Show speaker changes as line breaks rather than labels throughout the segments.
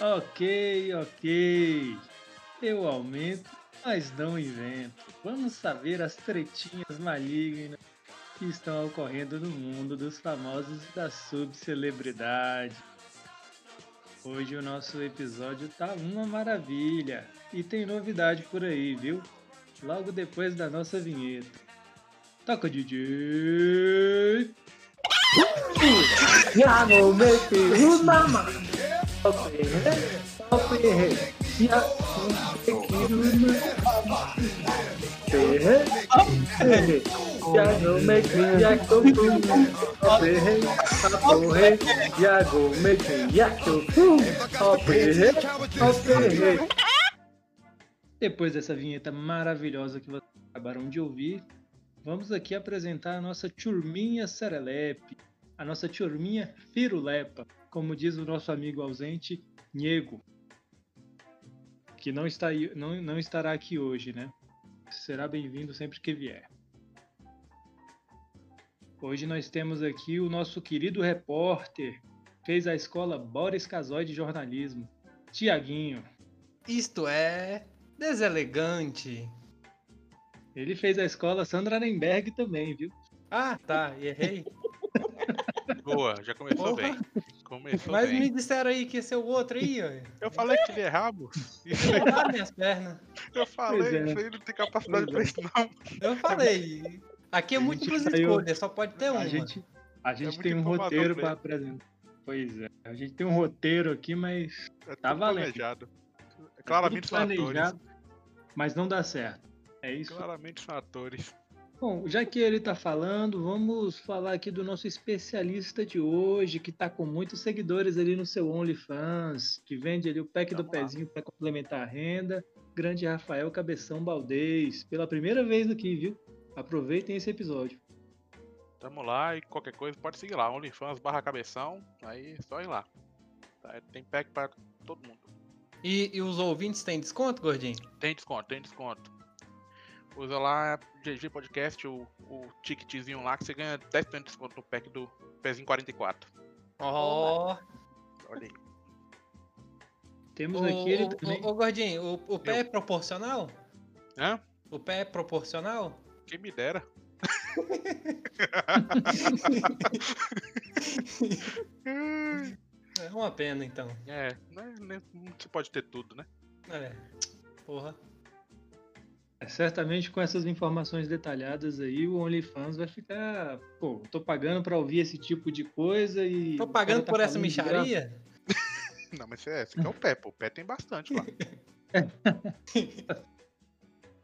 Ok, ok. Eu aumento, mas não invento. Vamos saber as tretinhas malignas que estão ocorrendo no mundo dos famosos e das subcelebridades. Hoje o nosso episódio tá uma maravilha e tem novidade por aí, viu? Logo depois da nossa vinheta. Toca DJ!
Já no meu peru na mão. Só perrei, só perrei. Já no meu peru na mão. Perrei, só perrei. Já no meu peru, já que eu fumo. Só perrei, só perrei. Já no meu peru, já que eu fumo. Só perrei, só perrei.
Depois dessa vinheta maravilhosa que vocês acabaram de ouvir, vamos aqui apresentar a nossa turminha Serelepe, a nossa turminha Firulepa, como diz o nosso amigo ausente, Nego, que não, está, aí- não, não estará aqui hoje, né? Será bem-vindo sempre que vier. Hoje nós temos aqui o nosso querido repórter, fez a escola Boris Casoy de jornalismo, Tiaguinho.
Isto é deselegante.
Ele fez a escola Sandra Arenberg também, viu?
Ah, tá, errei.
Boa, já começou
Porra.
bem. Começou
Mas
bem.
me disseram aí que ia ser o outro aí, ó.
Eu falei que ele errava. Isso aí,
Roubaram minhas pernas.
eu
Pois
falei,
é.
isso aí não tem capacidade
Pois
pra isso, não.
Eu falei. Aqui é
A
múltiplas
gente saiu-
escolhas, só pode ter uma.
A gente, a gente
muito
tem um
informador
roteiro
pra
para
ele.
apresentar. Pois é, a gente tem um roteiro aqui, mas
É tudo
Tá valendo.
planejado.
é
Claramente
tudo
são atores.
planejado, mas não dá certo. É isso.
Claramente são atores.
Bom, já que ele tá falando, vamos falar aqui do nosso especialista de hoje, que tá com muitos seguidores ali no seu OnlyFans, que vende ali o pack do
Vamos lá.
pezinho para complementar a renda. Grande Rafael Cabeção Baldez, pela primeira vez aqui, viu? Aproveitem esse episódio.
Tamo lá e qualquer coisa pode seguir lá. OnlyFans barra cabeção. Aí é só ir lá. Tá, Tem pack pra todo mundo.
E, e os ouvintes têm desconto, gordinho?
Tem desconto, tem desconto. Usa lá GG Podcast, o, o ticketzinho lá, que você ganha 10% de desconto no pack do Pezinho 44.
Ó,
Olha aí.
Temos
ô,
aqui ele
ô,
também.
ô, ô, gordinho, o, o pé é proporcional?
Hã?
O pé é proporcional?
Quem me dera.
É uma pena, então.
É, né, né, não se pode ter tudo, né?
É. Porra.
É, Certamente com essas informações detalhadas aí, o OnlyFans vai ficar. Pô, tô pagando pra ouvir esse tipo de coisa e.
Tô pagando
o cara tá
por essa
falando de graça.
micharia?
Não, mas é, esse aqui é o pé, pô. O pé tem bastante lá.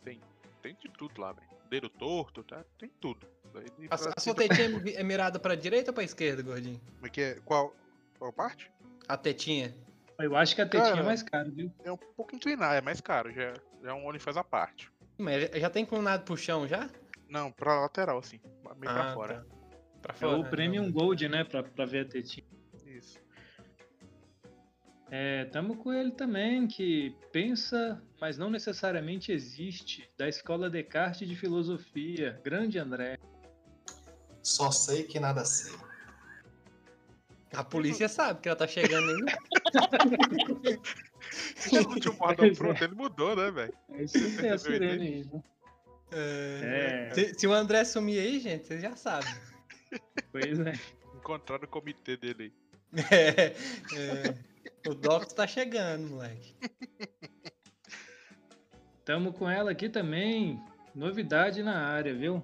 tem, tem de tudo lá, velho. Dedo torto, tá? Tem tudo. Daí de-
A,
pra-
su- a sua tetinha é mi- é mirada pra direita ou pra esquerda, gordinho?
Como é que é? Qual, qual parte?
A tetinha.
Eu acho que a tetinha é
Cara.
mais cara, viu?
É um pouco inclinado, é mais caro. Já, já é um OnlyFans à parte.
Mas já- já tem inclinado pro chão já?
Não, pra lateral, assim. Meio pra
Ah,
fora.
tá. Pra
É
fora.
o Premium Gold, né? Pra, pra ver a tetinha.
Isso.
É, tamo com ele também, que pensa, mas não necessariamente existe, da Escola Descartes de Filosofia. Grande André.
Só sei que nada sei.
A polícia sabe que ela tá chegando aí.
O último modão
Pois é.
pronto, ele mudou, né, velho?
É isso que tem a
Eu
sirene
entendi.
aí, né?
É.
É.
Se, se o André sumir aí, gente, vocês já sabem.
Pois é.
Encontraram o comitê dele aí.
É. É. O Docs tá chegando, moleque.
Tamo com ela aqui também. Novidade na área, viu?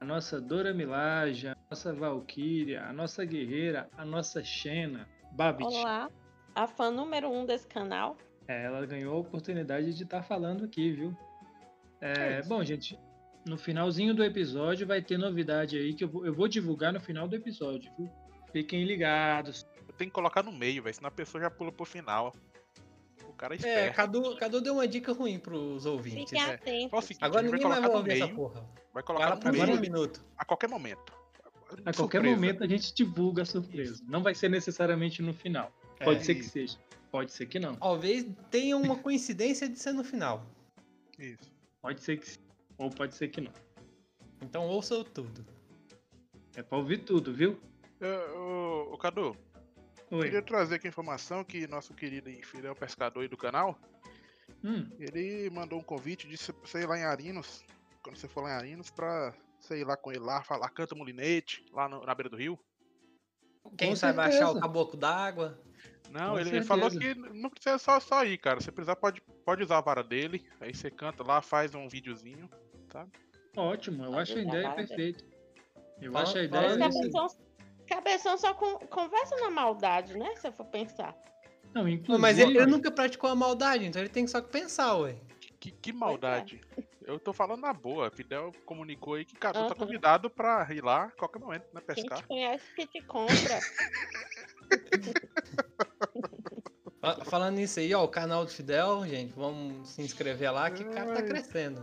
A nossa Dora Milaja, a nossa Valkyria, a nossa guerreira, a nossa Xena, Babit.
Olá, a fã número um desse canal.
É, ela ganhou a oportunidade de estar falando aqui, viu? É, bom, gente, no finalzinho do episódio vai ter novidade aí que eu vou, eu vou divulgar no final do episódio, viu? Fiquem ligados.
Eu tenho que colocar no meio, velho. Senão a pessoa já pula pro final. O cara é
É,
esperto.
Cadu, Cadu deu uma dica ruim pros ouvintes. né?
Fiquem
é.
atentos.
Fala o seguinte,
Agora
a gente
ninguém
vai
mais vai
colocar
ouvir
no
essa
meio.
porra.
Vai
Fala
colocar
pro
no
mim
meio.
um minuto.
A qualquer momento.
A qualquer
Surpresa.
momento a gente divulga a surpresa. Não vai ser necessariamente no final.
É.
Pode ser que seja. Pode ser que não.
Talvez tenha uma coincidência de ser no final.
Isso.
Pode ser que sim. Ou pode ser que não.
Então ouça tudo.
É pra ouvir tudo, viu?
Ô, ô, ô, Cadu, Queria
Oi.
trazer aqui a informação que nosso querido e fiel pescador aí do canal,
Hum,
ele mandou um convite de sei lá em Arinos, quando você for lá em Arinos, pra sei lá com ele lá, falar canta molinete, lá no- na beira do rio.
Quem
Com
sabe achar o
certeza.
caboclo d'água?
Não,
Com
ele falou que
certeza.
não precisa só, só ir, cara. Se precisar, pode, pode usar a vara dele. Aí você canta lá, faz um videozinho.
ótimo, eu
Olha,
acho a
trabalho.
ideia perfeita. Eu
Fala-
acho a
fala
ideia.
Mas
isso.
perfeita.
cabeção, cabeção só con- conversa na maldade, né? Se eu for pensar.
Não,
Não,
inclusive,
mas ele, ele nunca praticou a maldade, então ele tem só que pensar, ué.
Que, que maldade. Eu tô falando na boa. Fidel comunicou aí que, cara, tu tá
Aham.
convidado pra ir lá a qualquer momento, né?
Quem te
Pescar.
conhece que te compra.
Fa- Falando nisso aí, ó, o canal do Fidel, gente, vamos se inscrever lá que o cara tá
Ai.
crescendo.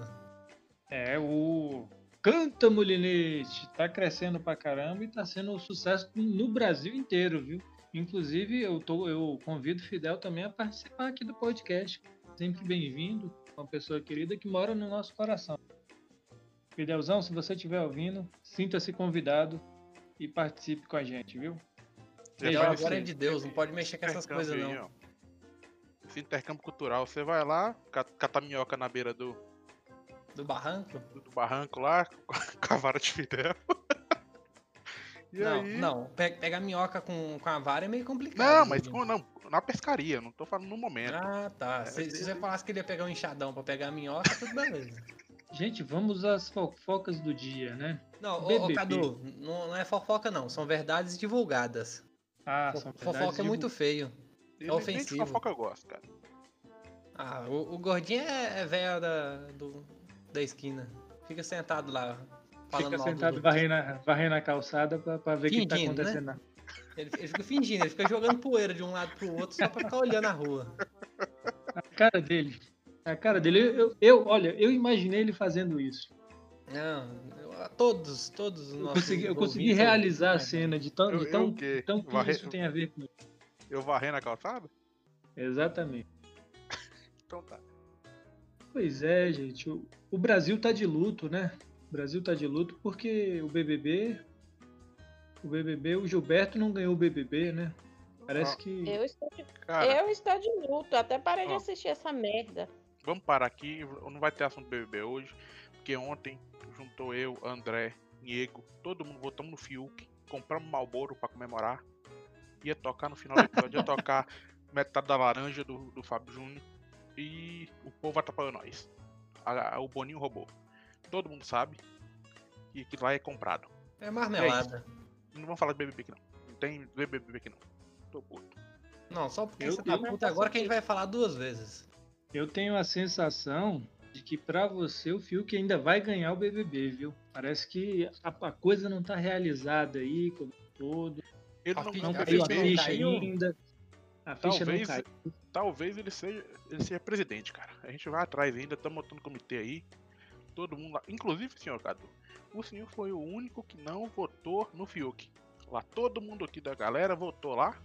É o Canta Molinete. Tá crescendo pra caramba e tá sendo um sucesso no Brasil inteiro, viu? Inclusive, eu, tô, eu convido o Fidel também a participar aqui do podcast. Sempre bem-vindo, uma pessoa querida que mora no nosso coração. Fidelzão, se você estiver ouvindo, sinta-se convidado e participe com a gente, viu?
Você
Fidel
vai
faz
agora é
nesse-
de Deus, não pode mexer com essas
intercâmbio
coisas
aí,
não.
ó. Esse intercâmbio cultural, você vai lá, ca- catar minhoca na beira do,
Do barranco?
do barranco lá, com a- com a vara de Fidel. E
não,
aí...
não. Pe- Pegar minhoca com, com a vara é meio complicado.
Não, mas
Júlio.
como não, na pescaria, não tô falando no momento.
Ah, tá.
É,
Se, se
tem-
você falasse que ele ia pegar um enxadão pra pegar a minhoca, tudo beleza.
Gente, vamos às fofocas do dia, né?
Não, ô, ô
BBB.
Cadu, não, não é fofoca não, são verdades divulgadas.
Ah,
Fo-
são verdades
fofoca é
de-
muito feio.
E nem- nem de
é ofensivo.
fofoca eu gosto, cara.
Ah, o, o gordinho é, é velho da, do- da esquina. Fica sentado lá, falando
Fica
mal
sentado
dos
varrendo a, varrendo a calçada pra, pra ver o que que tá
Fingindo, né?
acontecendo na
Ele, ele fica fingindo, ele fica jogando poeira de um lado pro outro só pra ficar olhando a rua.
cara dele. A cara dele, eu, eu- eu- olha, eu imaginei ele fazendo isso.
Não, eu- todos, todos os
Eu
nossos.
consegui, eu consegui
ouvintes-
realizar a
É.
cena de tão,
Eu,
de
eu
tão,
o quê?
tão que
Varre-
isso tem a ver com isso.
Eu varrendo a calçada?
Exatamente.
Então tá.
Pois é, gente. O, o Brasil tá de luto, né? O Brasil tá de luto porque o BBB. O BBB, o Gilberto não ganhou o BBB, né? Parece
Ó,
que.
Eu estou, de-
Então Cara,
eu estou de luto. Até parei de
Ó.
assistir essa merda.
vamos parar aqui. Não vai ter assunto BBB hoje. Porque ontem juntou eu, André, Diego, todo mundo votamos no Fiuk. Compramos Malboro pra comemorar. Ia tocar no final do episódio, ia tocar metade da laranja do, do Fábio Júnior. E o povo atrapalhou nós. A- a- o Boninho roubou. Todo mundo sabe que que lá é comprado.
É marmelada.
Não vamos falar de BBB aqui não. Não tem BBB aqui não. Tô puto.
Não, só porque
Eu-
você tá
eu-
puto agora que a gente vai falar duas vezes.
Eu tenho a sensação de que pra você o Fiuk ainda vai ganhar o BBB, viu? Parece que a, a coisa não tá realizada aí como um todo.
Ele
Ah,
não,
que-
Não
A
caiu a
ficha
ele-
não
ficha
caiu?
ainda. A ficha não
Talvez-
caiu.
Talvez ele seja, ele seja presidente, cara. A gente vai atrás ainda, estamos montando comitê aí. Todo mundo lá. Inclusive o senhor Cadu. O senhor foi o único que não votou no Fiuk. Lá todo mundo aqui da galera votou lá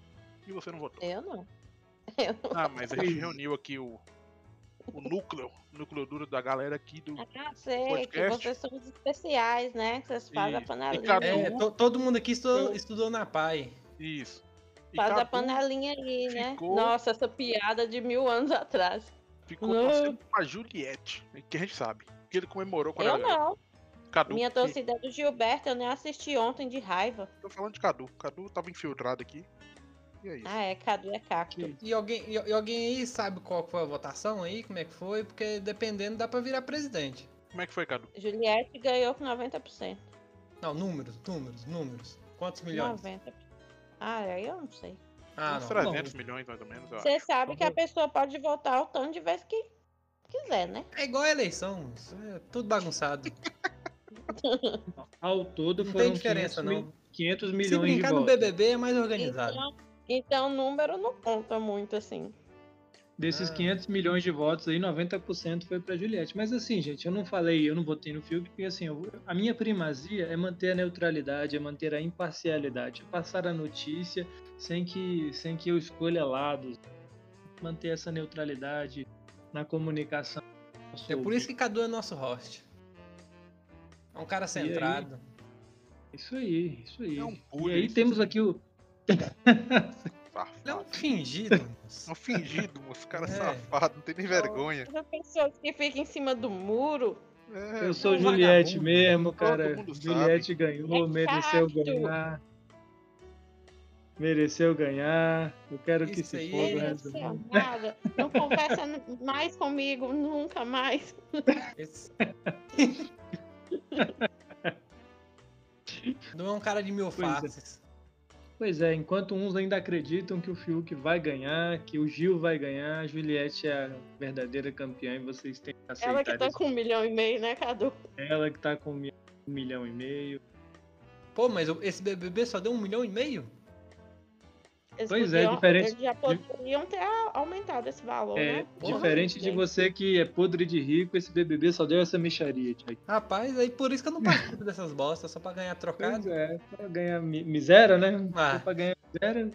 e você não votou.
Eu não.
Ah, mas a gente reuniu aqui o, o núcleo, o núcleo duro da galera aqui do.
Ah, sei que
Podcast.
vocês são os especiais, né? Que vocês fazem a
E
panelinha.
cada
É,
um-
to- todo mundo aqui estudou,
Eu-
estudou na PAI.
Isso. E
Faz a
Cadu
panelinha aí, né?
ficou-
Nossa, essa piada de mil anos atrás.
ficou
Não.
torcendo pra Juliette, que a gente sabe. Que ele comemorou com a
Eu
galera.
não.
Cadu,
Minha
que-
torcida é do Gilberto, eu nem assisti ontem de raiva.
Tô falando de Cadu. Cadu tava infiltrado aqui. E é isso.
Ah, é, Cadu é cacto.
Que-
E alguém, e, e alguém aí sabe qual foi a votação aí, como é que foi? Porque dependendo dá pra virar presidente.
Como é que foi, Cadu?
Juliette ganhou com 90%.
Não, números, números, números. Quantos milhões?
90%. Ah, aí eu não sei.
Ah,
Uns
não.
300
bom,
milhões, mais ou menos. eu
Você sabe que a
Vamos-
pessoa pode votar o tanto de vezes que quiser, né?
é igual a eleição, isso é tudo bagunçado.
Ao todo
Não
foram
tem diferença,
500, mi-
não.
500
Se
milhões de
brincar no
votos.
BBB é mais organizado.
Então, então, o número não conta muito assim.
Desses
Ah.
500 milhões de votos aí, 90% foi pra Juliette. Mas assim, gente, eu não falei, eu não votei no Fiuk, porque assim, eu- a minha primazia é manter a neutralidade, é manter a imparcialidade, é passar a notícia sem que, sem que eu escolha lados, manter essa neutralidade na comunicação.
É por
sobre-
isso que Cadu é nosso host. É um cara centrado.
Isso aí, isso aí.
É um
e
bullying.
aí temos aqui o.
Safado.
Ele é um fingido.
Um fingido, moço. Cara
É.
safado, não tem nem vergonha.
As pessoas que ficam em cima do muro.
É,
Eu sou
mano.
Juliette
vagabundo.
mesmo,
Todo
cara.
mundo sabe.
Juliette ganhou,
É
mereceu
fato.
ganhar. Mereceu ganhar. Eu quero que
Isso
se
aí.
foda. o
Ele não
resto do
sei
mundo.
nada. Não conversa n- mais comigo, nunca mais.
Esse- Não é um cara de mil
Pois é.
faces.
Pois é, enquanto uns ainda acreditam que o Fiuk vai ganhar, que o Gil vai ganhar, a Juliette é a verdadeira campeã e vocês têm que aceitar
Ela que tá
isso.
com um milhão e meio, né, Cadu?
Ela que tá com um mi- um milhão e meio.
Pô, mas o- esse BBB só deu um milhão e meio?
Eles
Pois é, diferente-
Eles já poderiam ter a- aumentado esse valor,
É,
né?
Porra,
diferente de
gente.
você que é podre de rico, esse BBB só deu essa mixaria, Thiago.
Rapaz, aí por isso que eu não participo dessas bostas, só pra ganhar
Pois
trocado.
é, pra ganhar mi- miséria, né?
Ah.
Só Pra ganhar miséria,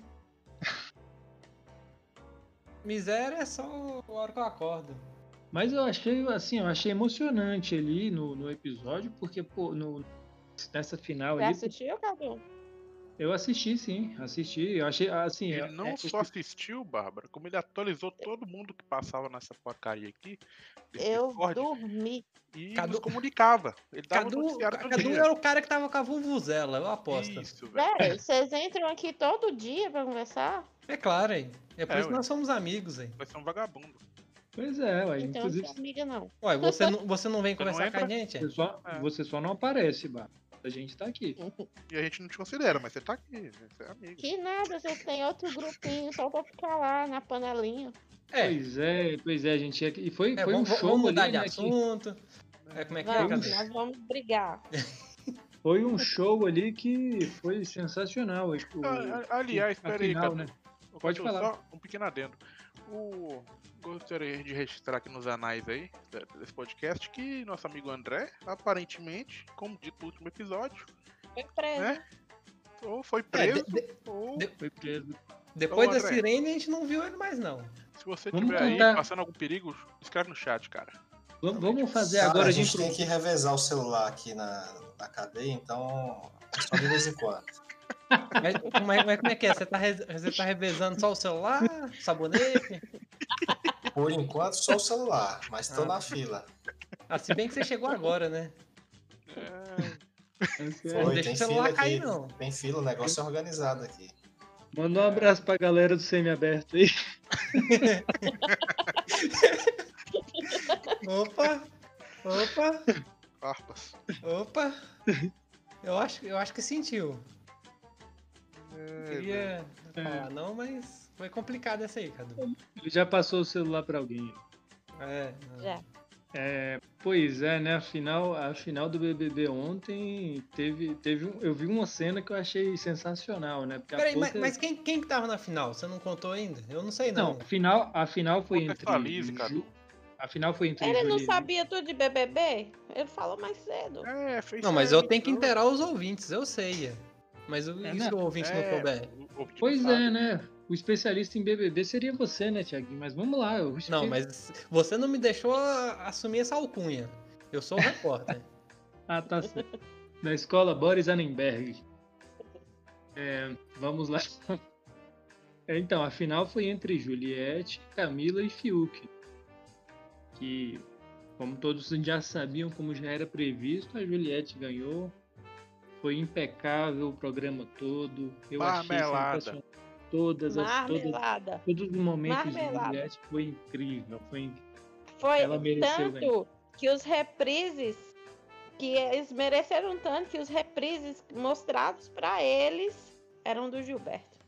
Miséria é só a hora que eu acordo.
Mas eu achei assim, eu achei emocionante ali no, no episódio, porque pô, no, nessa final
Você
ali,
assistiu, Cadu?
eu assisti sim, assisti, eu achei assim,
Ele
é-
não
é-
só assistiu, Bárbara, como ele atualizou todo mundo que passava nessa porcaria aqui. desse
Eu
Discord,
dormi.
E
Cadu-
nos comunicava. Ele dava
Cadu,
noticiário todo
Cadu
é
dia.
era o cara que tava com a Vuvuzela, eu aposto.
Isso, velho.
Velho, É, vocês entram aqui todo dia pra conversar?
É claro, hein? É por
É,
isso que
ué.
nós somos amigos, hein?
Vai ser um vagabundo.
pois é, ué,
então eu não
inclusive
sou amiga, não.
Ué, você não, você não vem
Você não
conversar com a gente?
entra?
você só,
É.
você só não aparece, bah. A gente tá aqui.
E a gente não te considera, mas você tá aqui, né? você é amigo.
Que nada, vocês têm outro grupinho só pra ficar lá na panelinha.
É,
Pois é, pois é, a gente ia- e foi
é,
foi um
vamos,
show
vamos mudar
ali,
de
né, que-
assunto. É, como é que é,
Vamos,
Cadu?
nós vamos brigar.
Foi um show ali que foi sensacional. acho que o-
Ah, ah, Aliás,
a
peraí,
final,
Cadu.
né?
Ô,
Pode
Cadu,
falar.
Só um pequeno adendo. O... Gostaria de registrar aqui nos anais aí da- desse podcast que nosso amigo André, aparentemente, como dito no último episódio,
Foi preso.
né? Ou foi preso,
É, de-
ou
de-
Foi preso.
Depois
Ô,
da
André.
sirene, a gente não viu ele mais, não.
se você
Vamos
tiver aí
contar.
passando algum perigo, escreve no chat, cara.
Vamos, vamos fazer
Cara,
agora
a
a
gente
gente
tem que revezar o celular aqui na, na cadeia, então só de vez em quando.
Mas, mas- mas como é que é? Você tá, re- você tá revezando só o celular, sabonete?
Por enquanto, só o celular, mas estou
Ah.
na fila.
Ah, se bem que você chegou agora, né? Não
É,
Foi,
deixa
tem
o celular
fila
cair,
aqui.
não.
Tem fila, o negócio é organizado aqui.
Manda um abraço pra galera do semiaberto aí.
Opa! Opa!
Farpas.
Opa! Eu acho, eu acho que sentiu.
É, velho.
Queria falar não, mas foi complicado essa aí, Cadu.
Ele já passou o celular pra alguém.
É,
Já.
É, pois é, né? A final, a final do BBB ontem teve, teve um, eu vi uma cena que eu achei sensacional, né? Porque a
Peraí, mas,
Poca-
mas quem, quem que tava na final? Você não contou ainda? Eu não sei, não.
não, a final, a final foi entre
Contextualize, cara.
Ju- a final foi entre
Ele não
Juliette-
sabia tudo de BBB? Ele falou mais cedo.
É, fez
Não, mas eu
certo,
tenho que
então.
inteirar os ouvintes, eu sei. é. né? Mas o,
É,
e se o ouvinte não
É,
souber?
o- o tá- ouvinte
Pois
não
é,
sabe.
né? O especialista em BBB seria você, né, Tiaguinho? Mas vamos lá. Eu
Não, mas você não me deixou a- assumir essa alcunha. Eu sou o repórter.
Ah, tá certo. Da escola Boris Annenberg. É, vamos lá. É, Então, a final foi entre Juliette, Camila e Fiuk. Que, como todos já sabiam, como já era previsto, a Juliette ganhou. Foi impecável o programa todo. Eu
Marmelada.
achei sensacional. Todas as, todas,
Marmelada.
todos os momentos de
Marmelada.
Juliette foi incrível. Foi incrível.
Foi
Ela mereceu
tanto que os reprises que eles mereceram tanto que os reprises mostrados pra eles eram do Gilberto.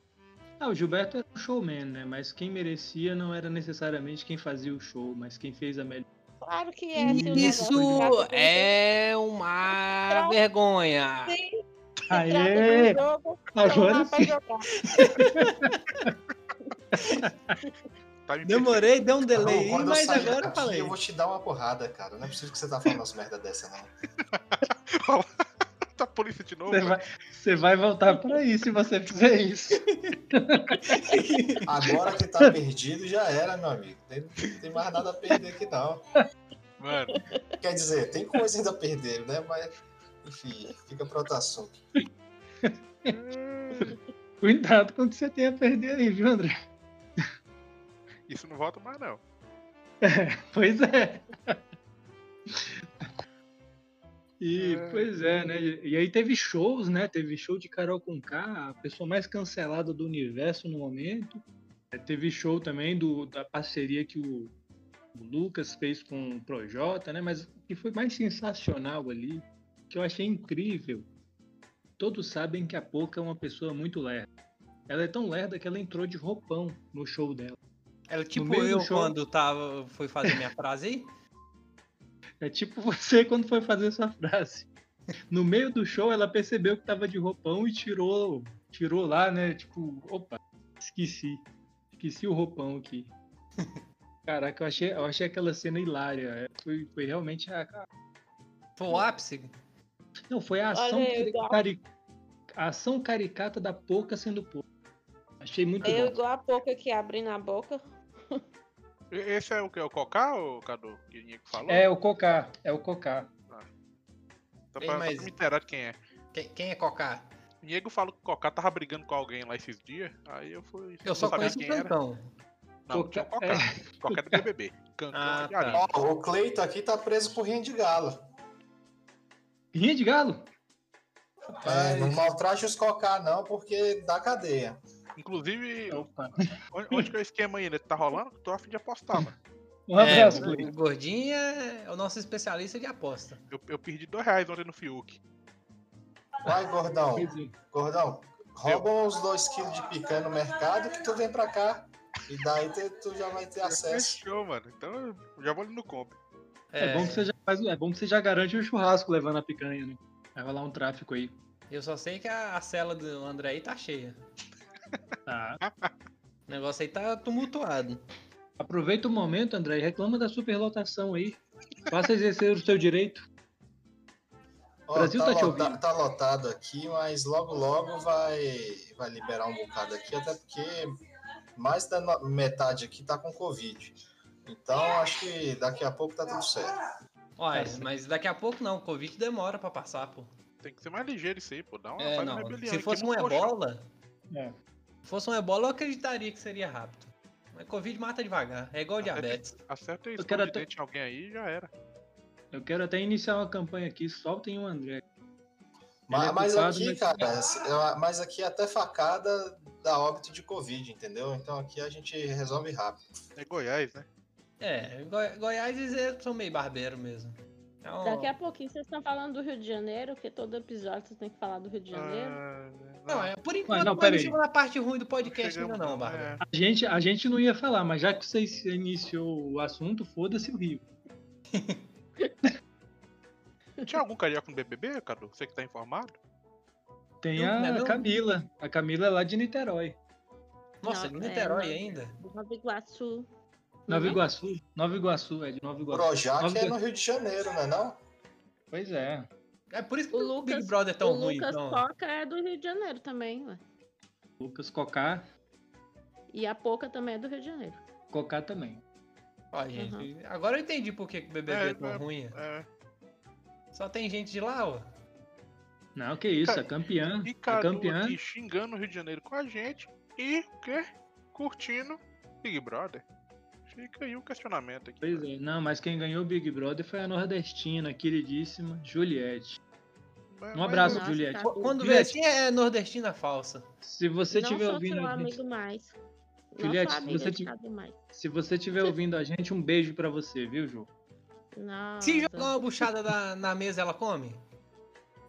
Ah, o Gilberto era um showman, né? Mas quem merecia não era necessariamente quem fazia o show, mas quem fez a melhor.
Claro que é. se
Isso
o negócio se trata de um
é uma
Não.
vergonha.
jogo, se trata de um jogo, então dá pra jogar.
Tá me
Demorei, deu um delay,
Não, quando eu
mas
sair
agora eu
daqui,
falei.
Eu vou te dar uma porrada, cara. Não é possível que você tá falando umas merda dessa, não.
perseguindo a polícia de novo.
Você vai, você vai voltar pra isso se você fizer isso.
Agora que tá perdido, já era, meu amigo. Tem- Não tem mais nada a perder aqui, não.
Mano,
Quer dizer, tem coisa ainda a perder,
É,
né? Mas, enfim, fica pra outro assunto.
Cuidado com o que você tem a perder aí, viu, André?
Isso não volta mais, não.
Pois é. E, pois é, né? E aí teve shows, né? Teve show de Carol Conká, a pessoa mais cancelada do universo no momento. É, teve show também do, da parceria que o, o Lucas fez com o Projota, né? Mas o que foi mais sensacional ali, que eu achei incrível. Todos sabem que a Poca é uma pessoa muito lerda. Ela é tão lerda que ela entrou de roupão no show dela.
Ela tipo
mesmo
eu
show-
quando tava, fui fazer minha frase aí.
É tipo você quando foi fazer sua frase. No meio do show, ela percebeu que tava de roupão e tirou, tirou lá, né? Tipo, opa, esqueci. Esqueci o roupão aqui. Caraca, eu achei, eu achei aquela cena hilária. É, Foi, foi realmente a.
Foi o ápice.
Não, foi a ação,
Olha, eu
cari-
igual-
cari- a ação caricata da pouca sendo pouca. Achei muito
Eu
bom.
igual a pouco aqui abrindo a boca.
E- Esse é o que? O Cocá, o Cadu? Que o Nico falou?
É o Cocá, é o Cocá.
Só
Ei,
pra, só
mas-
pra me inteirar de quem é.
Quem, quem é Cocá?
Diego falou que o Cocá tava brigando com alguém lá esses dias. Aí eu fui.
Eu só
sabia
conheço o Cantão.
Não, tinha o Cocá. Cocá é do BBB. Cantão
Ah,
é de
tá.
Arena.
Ó, o Cleito aqui tá preso por rinha de galo.
Rinha de galo?
É, não maltrate os cocá, não, porque dá cadeia.
Inclusive,
Opa.
onde, onde que é o esquema ainda? Tá rolando? Tô a fim de apostar, mano.
Um abraço,
é,
Cleiton.
o Gordinho é o nosso especialista de aposta.
Eu, eu perdi dois reais ontem no Fiuk.
Vai, gordão.
Pois é.
Gordão, roubam os dois quilos de picanha no mercado que tu vem pra cá. E daí tu, tu já vai ter acesso.
Fechou, mano. Então eu já vou ali no comp.
É bom que você já faz, é bom que você já garante o churrasco levando a picanha, né? Vai rolar um tráfico aí.
Eu só sei que a, a cela do André aí tá cheia.
Tá.
O negócio aí tá tumultuado.
Aproveita o momento, André, e reclama da superlotação aí. Faça exercer o seu direito.
Ó,
Brasil tá te
lota-
ouvindo.
tá lotado aqui, mas logo logo vai, vai liberar um bocado aqui, até porque mais da no- metade aqui tá com Covid. Então acho que daqui a pouco tá tudo certo.
Olha,
Tá certo.
mas daqui a pouco não, o Covid demora pra passar, pô.
Tem que ser mais ligeiro isso aí, pô. Dá uma,
É,
faz uma
não.
rebelião
Se
aqui
fosse
no
um
colchão.
ebola.
É.
Se fosse um ebola, eu acreditaria que seria rápido. Mas Covid mata devagar. É igual
Até que-
diabetes.
Acerta isso,
Eu quero
de
até-
dente em alguém aí já era.
Eu quero até iniciar uma campanha aqui, soltem o André.
Ma-
Ele é
mas
culpado,
aqui,
mas-
cara, se- é, mas aqui até facada dá óbito de Covid, entendeu? Então aqui a gente resolve rápido.
É Goiás, né?
É, Goi- Goiás eles são meio barbeiro mesmo. Então,
Daqui a pouquinho vocês estão falando do Rio de Janeiro, porque todo episódio vocês têm que falar do Rio de Janeiro.
Ah,
Não, é por enquanto
não,
não,
pera
não
aí.
chegou na parte ruim do podcast
chegamos,
ainda não, barbeiro.
é.
A gente, a gente não ia falar, mas já que você iniciou o assunto, foda-se o Rio.
É. Tinha algum carioca no BBB, Cadu? Você que tá informado?
Tem
Não, não é
a
não?
Camila. A Camila é lá de Niterói.
Nossa,
Não,
de Niterói
é, não.
ainda?
Nova Iguaçu.
Nova
Uhum.
Não é?
Iguaçu. Nova Iguaçu, é de Nova Iguaçu.
Projac
Nova
é
Igua-
no Rio de Janeiro, não é não?
Pois é.
É por isso que
O
o, Big
Lucas-
Brother é tão
o
ruim,
Lucas
então.
Coca é do Rio de Janeiro também, ué.
Lucas Cocá,
E a Poca também é do Rio de Janeiro.
Um Cocá também.
Ó, gente, agora eu entendi por que que o BBB é,
É,
tão
é-
ruim.
É.
Só tem gente de lá, ó.
Não, que isso,
Ca-
a campeã.
E
A
Cadu
campeã.
aqui xingando o Rio de Janeiro com a gente e o quê? Curtindo Big Brother. Fica aí o questionamento aqui.
Pois é, não, mas quem ganhou o Big Brother foi a nordestina, queridíssima Juliette.
Mas-
Um
mas
abraço,
eu-
Nossa,
Juliette.
tá
Qu- Quando vê
Juliette.
assim é nordestina falsa.
Se você
não
estiver
sou
ouvindo,
seu
a gente,
amigo mais.
Juliette,
não sou
se
amiga
você
de
tiver-
nada mais.
se você estiver ouvindo a gente, um beijo pra você, viu, Ju?
Nossa.
Se jogar uma buchada na, na mesa, ela come?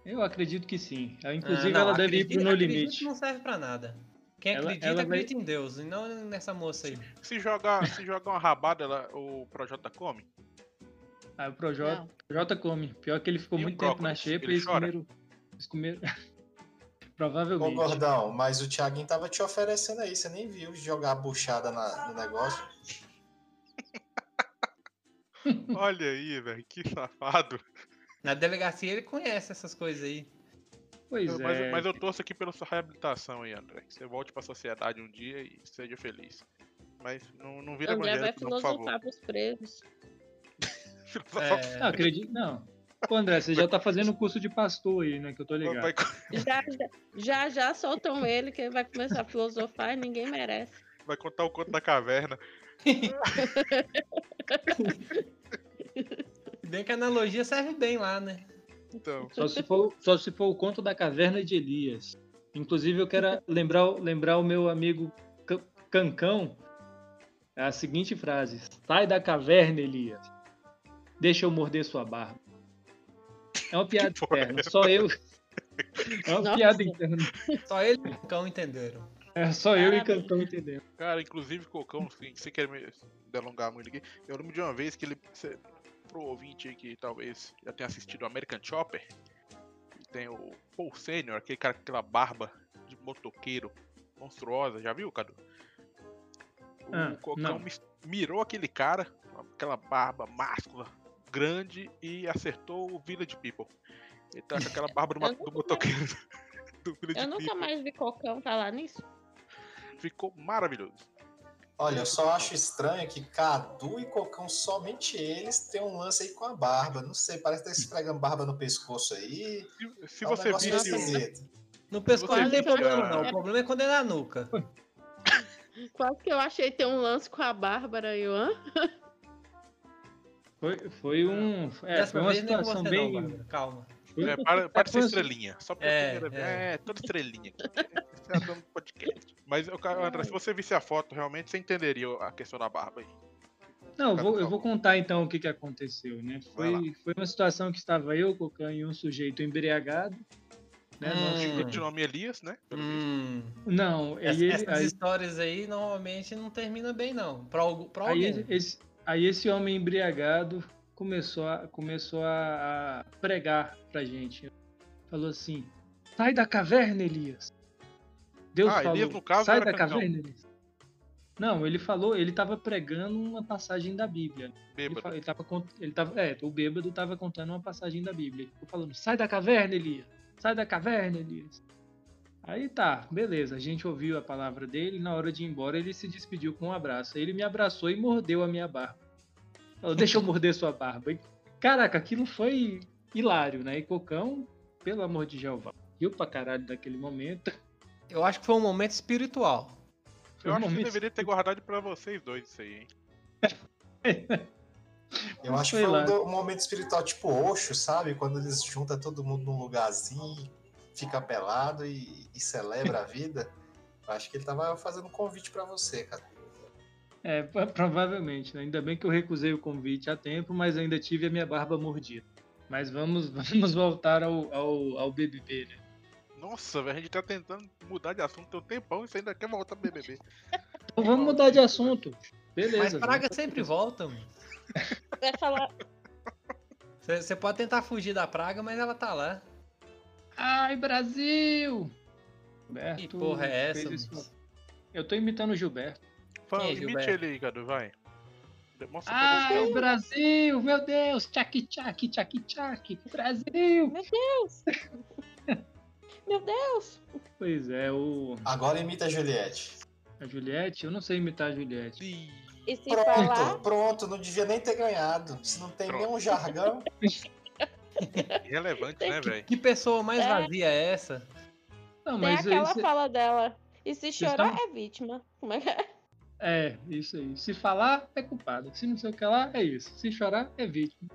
Eu acredito que sim. Ela, Inclusive,
Ah, não,
ela deve ir
acredita-
pro No
acredita
Limite.
não serve pra nada. Quem
Ela-
acredita,
ela vai-
acredita em Deus, e não nessa moça aí.
Se jogar, se jogar uma rabada, ela- o Projota come?
Aí Ah, o Projota,
Não.
Projota come. Pior que ele ficou
E o
muito tempo na
um brócolis?
xepa e
Ele
eles
chora?
comeram. Eles comeram.
Ô,
Provavelmente.
gordão, mas o Thiaguinho tava te oferecendo aí, você nem viu jogar a buchada na- no negócio.
Olha aí, velho, que safado.
Na delegacia ele conhece essas coisas aí.
Pois
mas,
é.
mas eu torço aqui pela sua reabilitação aí, André. Que você volte pra sociedade um dia e seja feliz. Mas não, não vira
André vai
evangélico, não, por favor.
filosofar pros presos.
Filosofar
É,
Não, acredito, não. Pô, André, você já tá fazendo curso de pastor aí, né? Que eu tô ligado.
Vai,
Já já, já soltam ele, que ele vai começar a filosofar e ninguém merece.
vai contar o conto da caverna.
Bem que a analogia serve bem lá, né?
Então,
Só se, for, só se for o conto da caverna de Elias. Inclusive, eu quero lembrar, o- lembrar o meu amigo Ca- Cancão a seguinte frase: Sai da caverna, Elias. Deixa eu morder sua barba. É uma piada
Que porra
interna. Só eu. É uma
Nossa.
piada interna.
Só ele e o cão entenderam.
É só eu e
Parabéns.
Cancão entendemos.
cara, inclusive, Cocão, se você quer me delongar muito aqui, eu lembro de uma vez que ele. cê- pro ouvinte aí que talvez já tenha assistido American Chopper, tem o Paul Senior, aquele cara com aquela barba de motoqueiro monstruosa, já viu, Cadu? O
Ah,
Cocão
não.
mis- mirou aquele cara, aquela barba máscula, grande, e acertou o Village People. Ele tá com aquela barba do, ma-
Eu nunca
do motoqueiro do Village
Eu nunca
People.
mais vi Cocão falar nisso.
Ficou maravilhoso.
Olha, eu só acho estranho que Cadu e Cocão, somente eles, têm um lance aí com a barba. Não sei, parece que tá esfregando barba no pescoço aí.
Se, se
Tá um
você
negócio
visse o,
esquisito.
No pescoço
Você
não tem
viu,
problema,
cara?
não. O problema é quando é na nuca.
Quase que eu achei ter um lance com a Bárbara e o An.
Foi, foi, um, é,
Dessa
foi uma
vez nem
situação
você
bem.
não, Bárbara. Calma.
É, para, para de ser
quase-
estrelinha. Só pra
É,
primeira vez.
é.
É, toda estrelinha. aqui. Você é a dona do podcast. Mas, eu, quero- André, se você visse a foto, realmente você entenderia a questão da barba aí.
Não, eu
Cadu,
vou,
por
eu vou
favor.
contar então o que, que aconteceu, né?
Vai lá.
Foi, foi uma situação que estava eu, Cocan e um sujeito embriagado. Né?
Hum.
Nosso-
Sujeito De nome Elias, né? Pelo visto.
Hum.
Não, e
Ess-
ele-
Essas
aí,
histórias aí normalmente não terminam bem, não. Pra, algu- pra
aí
alguém.
esse, aí esse homem embriagado começou a, começou a, a pregar pra gente. Falou assim: sai da caverna, Elias. Deus
Ah,
falou,
Elias, no caso,
sai
era
da
cristão."
caverna, Elias. Não, ele falou, ele estava pregando uma passagem da Bíblia. né? Ele,
Bêbado.
fa- ele tava, cont- ele tava, é, o bêbado tava contando uma passagem da Bíblia. Ele ficou falando, sai da caverna, Elias! Sai da caverna, Elias! Aí tá, beleza, a gente ouviu a palavra dele, na hora de ir embora ele se despediu com um abraço. Aí Ele me abraçou e mordeu a minha barba. Falou, deixa eu morder sua barba. E, caraca, aquilo foi hilário, né? E Cocão, pelo amor de Jeová, riu pra caralho daquele momento.
Eu acho que foi um momento espiritual.
Eu acho que você
Normalmente-
deveria ter guardado pra vocês dois isso aí, hein?
Eu acho que
Sei
foi
lá.
um, do- um momento espiritual tipo Oxo, sabe? Quando eles juntam todo mundo num lugarzinho, fica pelado e, e celebra a vida. Eu acho que ele tava fazendo um convite pra você, cara.
É, pro- provavelmente, né? Ainda bem que eu recusei o convite a tempo, mas ainda tive a minha barba mordida. Mas vamos, vamos voltar ao, ao, ao BBB, né?
Nossa, velho, a gente tá tentando mudar de assunto tem um tempão e você ainda quer voltar pro BBB.
Então vamos mudar de assunto. Beleza. né?
Mas praga sempre volta, mano.
Vai falar,
Você pode tentar fugir da praga, mas ela tá lá.
Ai, Brasil! Gilberto
Que porra é essa,
fez
mano?
isso. Eu tô imitando o Gilberto.
Fala,
Quem é,
limite
Gilberto?
ele aí, Cadu, vai.
tá
Demonstra pra você.
Ai, Brasil! Meu Deus! Tchac, tchac, tchac, tchac! Brasil!
meu Deus! Meu Deus!
Pois é, o...
Agora imita a Juliette.
a Juliette, eu não sei imitar a Juliette.
Ih,
E se falar,
Pronto, pronto, não devia nem ter ganhado. Se não tem
Pronto.
nenhum jargão,
Irrelevante, né, velho?
Que pessoa mais
É.
vazia é essa?
Não,
tem
mas
aquela
isso...
fala dela. E se
Vocês
chorar, é vítima. Como é que é?
É, isso aí. Se falar, é culpado. Se não sei o que lá, é isso. Se chorar, é vítima.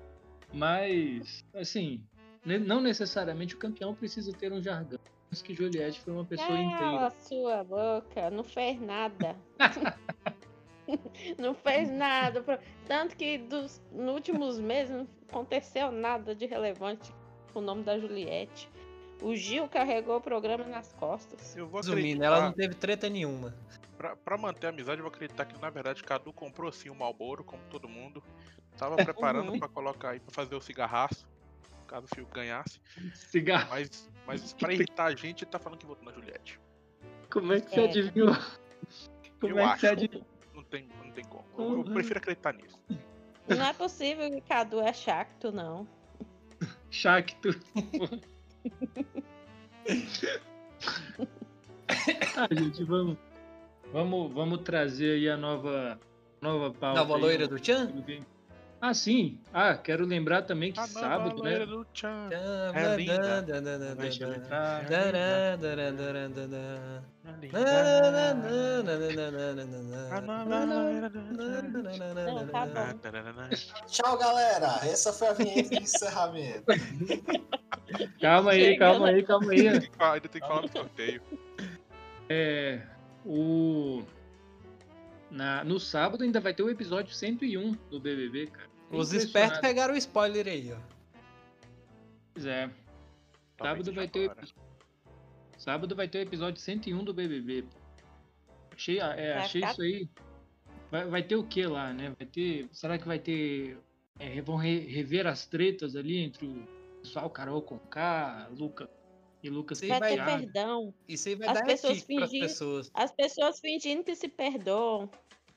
Mas, assim, ne- não necessariamente o campeão precisa ter um jargão. Mas que Juliette foi uma pessoa
Cala
inteira.
a sua boca, não fez nada. não fez nada. pra- Tanto que dos, nos últimos meses não aconteceu nada de relevante com o nome da Juliette. O Gil carregou o programa nas costas.
Eu vou
Resumindo,
acreditar,
ela não teve treta nenhuma.
pra, pra manter a amizade, eu vou acreditar que, na verdade, Cadu comprou sim o Malboro, como todo mundo. Tava
É,
preparando
Uhum.
pra colocar aí, pra fazer o cigarraço, caso o Fio ganhasse.
Cigarro.
Mas, mas pra irritar a gente, ele tá falando que votou na Juliette.
Como é que você
É.
adivinhou? Como
Eu
é que você
acho.
adivinhou?
Não tem, não tem como. Eu, eu
Uhum.
prefiro acreditar nisso.
Não é possível que Cadu é chacto, não.
Chacto. ah, gente, vamos, vamos, vamos trazer aí a nova, nova pauta.
Nova
aí, um- né?
loira do Tchan?
Ninguém- Ah, sim. Ah, quero lembrar também que
Ah, não,
sábado, né?
baleia do tchan. É
É
linda.
Deixa eu
linda.
entrar.
Ah,
Não,
não, não, não, não, não.
tá bom.
Ah, tararana.
Tchau, galera. Essa foi a vinheta de encerramento.
Calma aí,
Chega,
calma
né?
aí, calma aí.
Tem que falar- Ainda tem que falar do sorteio.
É, o... Na, no sábado ainda vai ter o episódio 101 do BBB, cara. Tô
Os
impressionado.
espertos pegaram o spoiler aí, ó.
Pois é.
Talvez
Sábado vai
seja
ter o
agora.
Sábado vai ter o episódio 101 do BBB. Achei, é,
Vai
achei
ficar-
isso aí. Vai, vai ter o que lá, né? Vai ter. Será que vai ter. é, vão re- rever as tretas ali entre o pessoal Carol Conká, Luca e Lucas
Sim,
Vai ter
Penteado?
perdão.
Isso aí vai
As
dar
pessoas
equipe pras
fingindo-
pessoas.
As pessoas fingindo que se perdoam.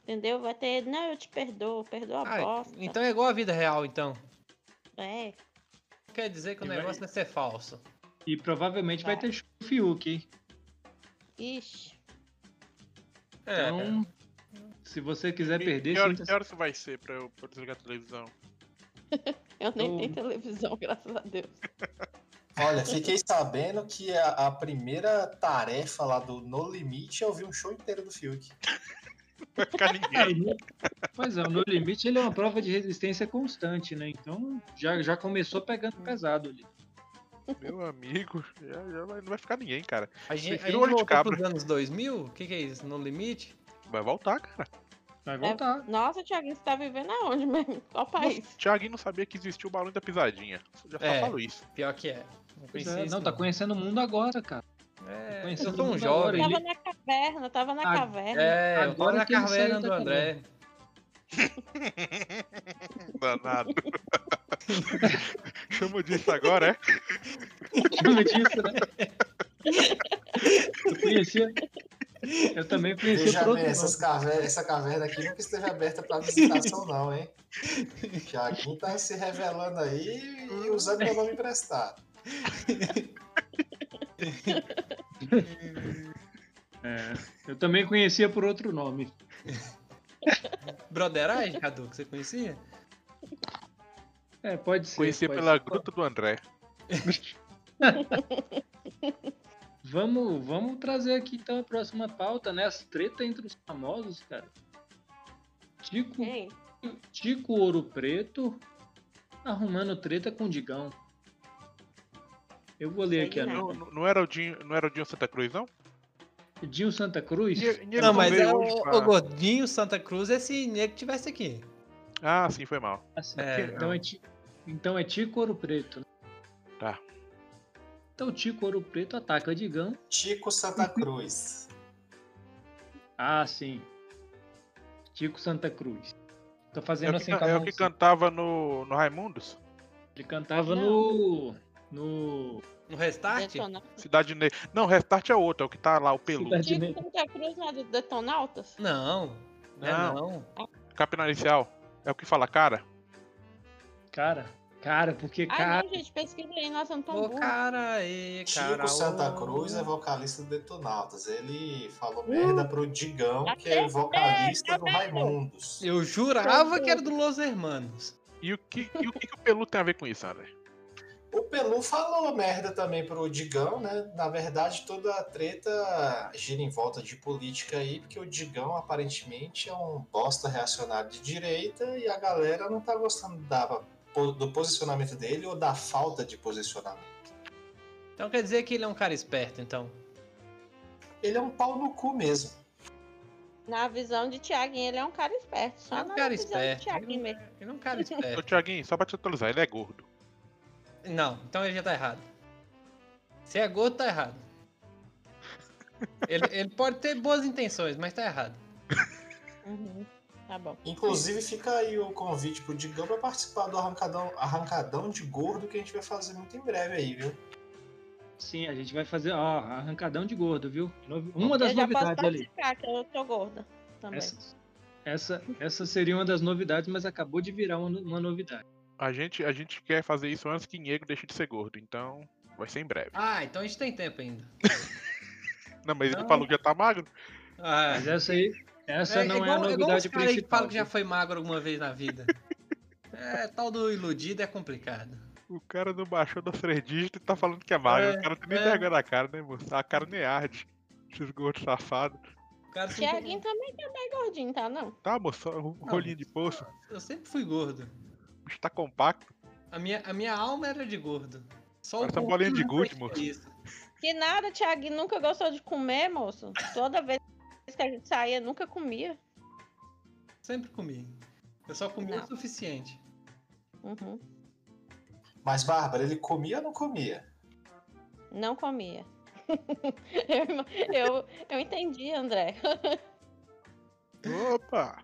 Entendeu? Vai ter. Não, eu te perdoo, perdoa a
Ah,
bosta.
então é igual a vida real, então.
É.
Quer dizer que o
E vai-
negócio vai ser falso.
E provavelmente vai,
Vai.
ter show do Fiuk, hein?
Ixi.
É.
Então, se você quiser
Que-
perder,
que, hora,
sinta-
que hora que vai ser pra eu, pra eu desligar a televisão?
Eu nem
Eu-
tenho televisão, graças a Deus.
Olha, fiquei sabendo que a, a primeira tarefa lá do No Limite é ouvir um show inteiro do Fiuk.
Vai ficar
Cara,
ninguém.
o No- Pois é, o No Limite ele é uma prova de resistência constante, né? Então já, já começou pegando pesado ali.
Meu amigo, já, já vai- não vai ficar ninguém, cara.
A gente, a
Prefiro
gente
o olho de
voltou
cabra.
pros anos 2000? O que, que é isso? No limite?
Vai voltar, cara.
Vai voltar.
Nossa, Thiaguinho, você tá vivendo aonde mesmo? Qual
Nossa,
país?
o Thiaguinho não sabia que existia o barulho da pisadinha. Eu já só
É.
falo isso.
Pior que é. Não
Pois
conhecia
é,
isso,
não, tá conhecendo o mundo agora, cara.
É,
conhecendo
eu sou um
muito agora,
jovem.
ele-
Tava na caverna, tava na
Ah,
caverna.
É, eu tô
Agora
na
que ele saiu tá
caverna do
da
André.
Danado. Chama disso agora, é?
Chama disso, né? Eu conhecia. Eu também conhecia
Veja
por
bem,
outro
essas
nome.
caverna, essa caverna aqui nunca esteve aberta para visitação, não, hein? Thiaguinho tá se revelando aí e usando meu nome emprestado.
É, eu também conhecia por outro nome.
Broderagem, Cadu, que você conhecia?
É, pode ser.
Conhecia
pode
pela
ser.
gruta do André.
Vamos, vamos trazer aqui então a próxima pauta, né? As treta entre os famosos, cara. Tico,
Hein?
Tico Ouro Preto arrumando treta com o Digão. Eu vou ler
Sei
aqui a
nada.
nota.
Não, não- não era o Dinho, não era o Dinho Santa Cruz, não?
Dinho Santa Cruz?
Dinho- Dinho
Não, mas
veio
é o,
hoje pra-
o gordinho Santa Cruz é se nego tivesse aqui.
Ah, sim, foi mal.
Ah, sim.
É,
então, é ti, então é Tico Ouro Preto. né?
Tá.
Então Tico Ouro Preto ataca Digão.
Chico Santa Cruz.
Ah, sim. Tico Santa Cruz. Tô
É
fazendo
o que,
assim
can-
com a
é o
mão,
que
assim.
cantava no, no Raimundos?
Ele cantava no. no.
No restart?
Detonautas.
Cidade Negra. Não, Restart é outro, é o que tá lá, o Pelu.
Cidade-
Tico Santa Cruz não é dos Detonautas?
Não. Não. É
Não.
não.
Capitão Inicial. É o que fala, cara?
Cara, cara, porque
Ah,
cara.
não, gente, pesquisa aí, nós não
Ô,
tão burros.
cara aí, cara.
Chico Santa
ô.
Cruz é vocalista do Detonautas. Ele falou merda pro Digão, que é vocalista do Raimundos.
Eu jurava que era do Los Hermanos.
E o que, e o, que que o Pelu tem a ver com isso, André?
O Pelu falou merda também pro Digão, né? Na verdade, toda a treta gira em volta de política aí, porque o Digão aparentemente é um bosta reacionário de direita e a galera não tá gostando da- do posicionamento dele ou da falta de posicionamento.
Então quer dizer que ele é um cara esperto, então.
Ele é um pau no cu mesmo.
Na visão de Tiaguinho, ele é um cara esperto. Só
Ele é um
na
cara
visão
esperto.
de Tiaguinho
Ele
mesmo.
não, ele é um cara
Ô,
esperto.
Thiaguinho, só pra te atualizar, ele é gordo.
Não, então ele já tá errado. Se é gordo, tá errado. Ele, ele pode ter boas intenções, mas tá errado.
Uhum. Tá bom.
Inclusive, fica aí o convite pro Digão pra participar do arrancadão, arrancadão de gordo que a gente vai fazer muito em breve aí, viu?
Sim, a gente vai fazer, ó, arrancadão de gordo, viu? Novi- Uma das
eu já posso
novidades ali.
participar, que eu tô gorda também.
Essa, essa, essa seria uma das novidades, mas acabou de virar uma, no- uma novidade.
A gente, a gente quer fazer isso antes que Diego deixe de ser gordo, então vai ser em breve.
Ah, então a gente tem tempo ainda.
Não, mas ele
Não.
falou que já tá magro.
Ah,
Mas essa aí, essa não é a
igual os
novidade
caras aí que
principal.
falam que já foi magro alguma vez na vida. É, tal do iludido é complicado.
O cara não baixou das três dígitos e tá falando que é Mario.
É,
o cara não tem nem
é.
vergonha na cara, né, moço? A cara nem arde. Esses gordos safados.
O cara sempre-
Tiaguinho também tá bem gordinho, tá? Não.
Tá, moço, só um rolinho de poço.
Eu sempre fui gordo.
O bicho tá compacto.
A minha, a minha alma era de gordo. Só um
Parece uma
corpinho
bolinha de
não
gude,
foi
moço.
isso.
Que nada, Tiaguinho nunca gostou de comer, moço. Toda vez que a gente saía, nunca comia.
Sempre comi. Eu só comi
Não.
o suficiente.
Uhum.
Mas, Bárbara, ele comia ou não comia?
Não comia. eu, eu, eu entendi, André.
Opa!